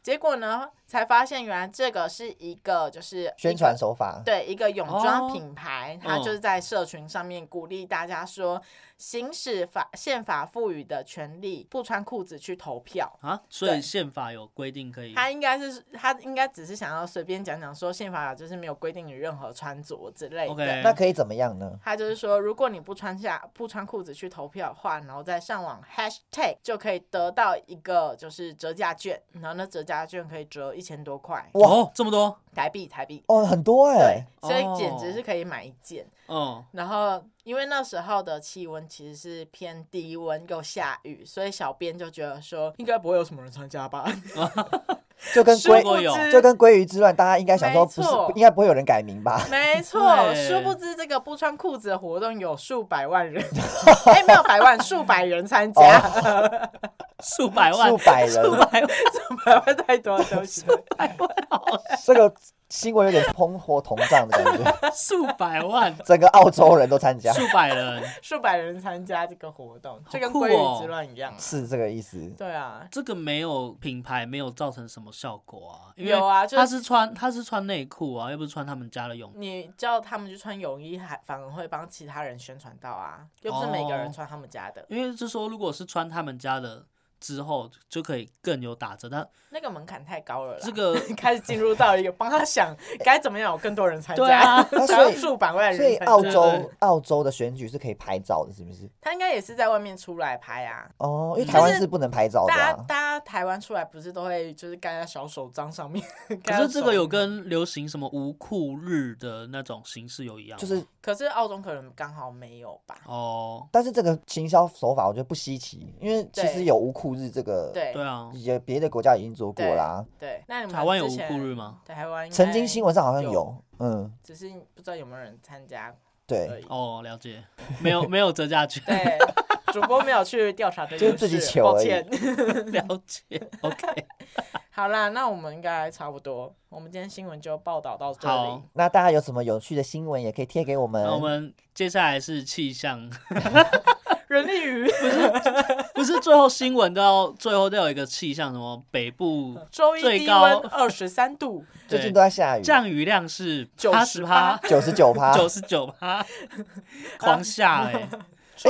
Speaker 1: 结果呢，才发现原来这个是一个就是一
Speaker 3: 宣
Speaker 1: 个
Speaker 3: 传手法，
Speaker 1: 对一个泳
Speaker 2: 哦
Speaker 1: 装品牌，它
Speaker 2: 嗯
Speaker 1: 就是在社群上面鼓励大家说，行使法宪法赋予的权利，不穿裤子去投票。
Speaker 2: 啊，所以
Speaker 1: 对
Speaker 2: 宪法有规定可以，
Speaker 1: 他应该是他应该只是想要随便讲讲说宪法就是没有规定你任何穿着之类的。
Speaker 2: OK
Speaker 3: 那可以怎么样呢？
Speaker 1: (laughs) 他就是说，如果你不穿下不穿裤子去投票的话，然后再上网 hashtag 就可以得到一个就是折价券，然后那折价券可以折一千多块
Speaker 3: 哇
Speaker 2: 哦，这么多，
Speaker 1: 台币台币。
Speaker 3: 哦，很多
Speaker 1: 对
Speaker 3: 哎，，
Speaker 1: 所以
Speaker 2: 哦
Speaker 1: 简直是可以买一件。
Speaker 2: 嗯，
Speaker 1: 然后，因为那时候的气温其实是偏低温，又下雨，所以小编就觉得说，应该不会有什么人参加吧？
Speaker 3: 就跟
Speaker 1: 殊 (laughs)
Speaker 3: 龟
Speaker 2: 果有
Speaker 1: 不知
Speaker 3: 就跟鲑鱼之乱，大家应该想说，不
Speaker 1: 没
Speaker 3: 是
Speaker 1: 错
Speaker 3: 不应该不会有人改名
Speaker 1: (laughs)
Speaker 3: 吧？
Speaker 1: 没错，
Speaker 2: 对
Speaker 1: 殊不知这个不穿裤子的 (laughs)
Speaker 2: 哦
Speaker 1: 活动有数百万人，哎、没有百万，数百人参加。
Speaker 2: 数百万
Speaker 3: 数，百人，
Speaker 2: 数百万，
Speaker 1: 百万太多了，对不
Speaker 2: (laughs)
Speaker 1: 起。
Speaker 3: 这个新闻有点通货膨胀的感觉，
Speaker 2: 数百万，
Speaker 3: 整个澳洲人都参加，
Speaker 2: 数百人，
Speaker 1: 数百人参加这个活动，就跟
Speaker 2: 酷
Speaker 1: 鲑
Speaker 2: 哦
Speaker 1: 鱼之乱一样啊。
Speaker 3: 是这个意思。
Speaker 1: 对啊，
Speaker 2: 这个没有品牌没有造成什么效果啊，因为
Speaker 1: 有啊，就
Speaker 2: 他
Speaker 1: 是
Speaker 2: 是穿他是穿内裤啊，又不是穿他们家的泳
Speaker 1: 你叫他们去穿泳衣，还反而会帮其他人宣传到啊，又不是每个
Speaker 2: 哦
Speaker 1: 人穿他们家的，
Speaker 2: 因为是说，如果是穿他们家的之后，就可以更有打折。但
Speaker 1: 那个门槛太高了啦。
Speaker 2: 这个
Speaker 1: (laughs) 开始进入到一个帮他想该怎么样有更多人参
Speaker 2: 对
Speaker 1: 加， (laughs)
Speaker 2: 啊，
Speaker 3: 那
Speaker 1: 想
Speaker 3: 所
Speaker 1: 要
Speaker 3: 以
Speaker 1: 数百万人
Speaker 3: 所以
Speaker 1: 参加
Speaker 3: 澳
Speaker 2: 对对
Speaker 3: 洲澳洲的选举是可以拍照的，是不是？
Speaker 1: 他应该也是在外面出来拍啊。
Speaker 3: 哦，因为
Speaker 2: 嗯
Speaker 3: 台湾
Speaker 1: 就是
Speaker 3: 是不能拍照的、
Speaker 1: 大家
Speaker 3: 啊。
Speaker 1: 大家台湾出来不是都会就是盖在小手章上
Speaker 2: (laughs)
Speaker 1: 面？盖
Speaker 2: 可
Speaker 1: 在
Speaker 2: 是这个有
Speaker 1: 手
Speaker 2: 跟流行什么无裤日的那种形式有一样吗，
Speaker 3: 就是，
Speaker 1: 可是澳洲可能刚好没有吧？
Speaker 2: 哦，
Speaker 3: 但是这个行销手法我觉得不稀奇，因为其实
Speaker 1: 对
Speaker 3: 有无裤日这个，
Speaker 1: 对
Speaker 2: 对啊，
Speaker 3: 也别的国家已经做过啦。
Speaker 1: 对，那你们
Speaker 2: 台湾有
Speaker 1: 嗯之
Speaker 2: 无
Speaker 1: 前
Speaker 2: 裤日吗？
Speaker 1: 台湾应该
Speaker 3: 曾经新闻上好像
Speaker 1: 有
Speaker 3: 有，嗯，
Speaker 1: 只是不知道有没有人参加而
Speaker 3: 对，
Speaker 1: 已。
Speaker 2: 哦，了解，没有没有折价券，
Speaker 1: (laughs) 对，主播没有去调查这件
Speaker 3: (laughs) 就
Speaker 1: 事，
Speaker 3: 是自己求
Speaker 1: 抱
Speaker 3: 而已
Speaker 1: 歉。 (laughs)
Speaker 2: 了解，OK，
Speaker 1: 好啦，那我们应该差不多，我们今天新闻就报道到这里
Speaker 2: 好。，
Speaker 3: 那大家有什么有趣的新闻也可以贴给我们。
Speaker 2: 那我们接下来是气象，
Speaker 1: 人力鱼
Speaker 2: 不是最后新闻都要最后都有一个气象，什么北部
Speaker 1: (laughs)
Speaker 3: 哎啊嗯
Speaker 1: 周一
Speaker 2: 最
Speaker 1: 低
Speaker 2: 高
Speaker 1: 温二十三度，
Speaker 3: 最
Speaker 2: 对
Speaker 3: 近都在下雨，
Speaker 2: 降雨量是
Speaker 1: 98
Speaker 2: 八十趴。
Speaker 3: 九十九趴，
Speaker 2: 九十九
Speaker 3: (laughs)
Speaker 2: 趴，狂下哎、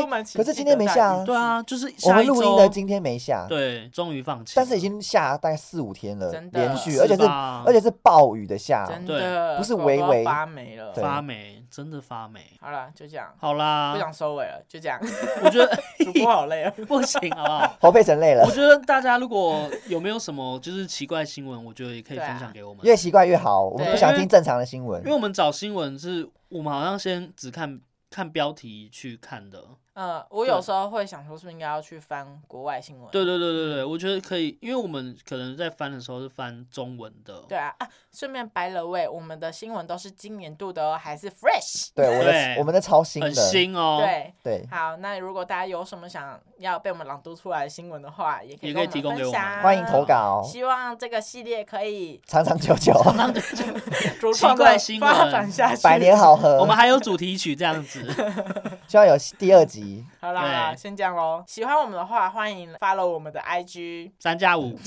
Speaker 1: 出门请
Speaker 3: 可是
Speaker 1: 记
Speaker 3: 今
Speaker 1: 得
Speaker 3: 天没
Speaker 1: 带
Speaker 3: 下啊
Speaker 1: 雨
Speaker 2: 对啊，就是
Speaker 3: 啊我
Speaker 2: 下
Speaker 3: 们
Speaker 2: 一
Speaker 3: 录音的
Speaker 2: 周，
Speaker 3: 今天没下，
Speaker 2: 对，终于放弃了，
Speaker 3: 但是已经下大概四五天了，
Speaker 1: 真的
Speaker 3: 连续，
Speaker 2: 是
Speaker 3: 而且是
Speaker 2: 吧
Speaker 3: 而且是暴雨的下
Speaker 1: 具，真
Speaker 2: 对
Speaker 1: 的
Speaker 3: 不是
Speaker 1: 狗
Speaker 3: 微
Speaker 1: 都要
Speaker 3: 微
Speaker 1: 发霉了。
Speaker 3: 对
Speaker 2: 发霉，真的发霉。
Speaker 1: 好啦，就这样，
Speaker 2: 好
Speaker 1: 不
Speaker 2: 啦，
Speaker 1: 想收尾了，就这
Speaker 3: (laughs)
Speaker 1: 样。
Speaker 2: 我觉得
Speaker 1: 主播好累啊，
Speaker 2: (laughs) 不行，好不好？
Speaker 3: 侯佩岑累了
Speaker 2: 我，觉得大家如果有没有什么就是奇怪新闻，我觉得也可以
Speaker 1: 对啊
Speaker 2: 分享给
Speaker 3: (laughs)
Speaker 2: 我们，
Speaker 3: 越奇怪越好，我们
Speaker 1: 对
Speaker 3: 不想听正常的新闻
Speaker 2: 因为。我们找新闻是我们好像先只看看标题去看的。
Speaker 1: (laughs) 嗯，我有时候会想说，是不是应该要去翻国外新闻？
Speaker 2: 对对对对对，我觉得可以，因为我们可能在翻的时候是翻中文的。
Speaker 1: 对啊啊！顺便白了喂，我们的新闻都是今年度的哦，还是 fresh。
Speaker 3: 对，我的
Speaker 2: 对
Speaker 3: 我们的超新
Speaker 2: 很
Speaker 3: 的，
Speaker 2: 新哦， (laughs)
Speaker 1: 对，
Speaker 3: 对，
Speaker 1: 好，那如果大家有什么想要被我们朗读出来的新闻的话，也可以
Speaker 2: 也可以
Speaker 1: 跟
Speaker 2: 提供给我
Speaker 1: 分
Speaker 2: 们
Speaker 1: 享，
Speaker 3: 欢迎投。稿，
Speaker 1: 希望这个系列可以
Speaker 3: 长长久久，
Speaker 1: 茁
Speaker 2: 奇
Speaker 1: 壮
Speaker 2: 怪
Speaker 1: 的
Speaker 2: 新闻
Speaker 1: 发展下去。
Speaker 3: 百年好
Speaker 2: 我们
Speaker 3: 合，
Speaker 2: 还有主题曲这样子。 (laughs)
Speaker 3: 希望有第二集。
Speaker 1: 好啦，
Speaker 2: 对
Speaker 1: 先这样喽。喜欢我们的话，欢迎 follow 我们的 IG，
Speaker 2: 三加五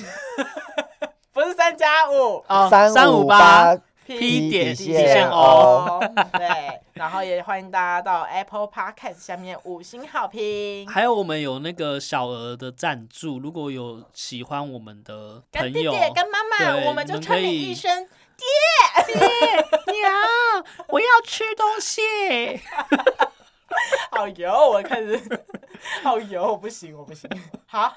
Speaker 1: 不是三加五
Speaker 2: 啊，
Speaker 3: 哦三
Speaker 2: 五
Speaker 3: 八，
Speaker 2: P 点
Speaker 3: 底
Speaker 2: 底线
Speaker 3: 线
Speaker 2: 哦。
Speaker 1: 哦。 (laughs) 对，然后也欢迎大家到 Apple Podcast 下面五星好
Speaker 2: (laughs)
Speaker 1: 评。
Speaker 2: 还有我们有那个小额的赞助，如果有喜欢我们的朋
Speaker 1: 跟弟
Speaker 2: 友，
Speaker 1: 弟、跟妈妈，
Speaker 2: 对
Speaker 1: 我们
Speaker 2: 你
Speaker 1: 就
Speaker 2: 们
Speaker 1: 称
Speaker 2: 可
Speaker 1: 你
Speaker 2: 以
Speaker 1: 一声
Speaker 2: 娘，我要吃东西。
Speaker 1: (laughs) 好油，我开始 (laughs) 好油，我不行，我不行。好，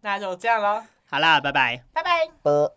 Speaker 1: 那就这样喽，
Speaker 2: 好啦，拜拜。
Speaker 1: 拜拜。
Speaker 3: 啵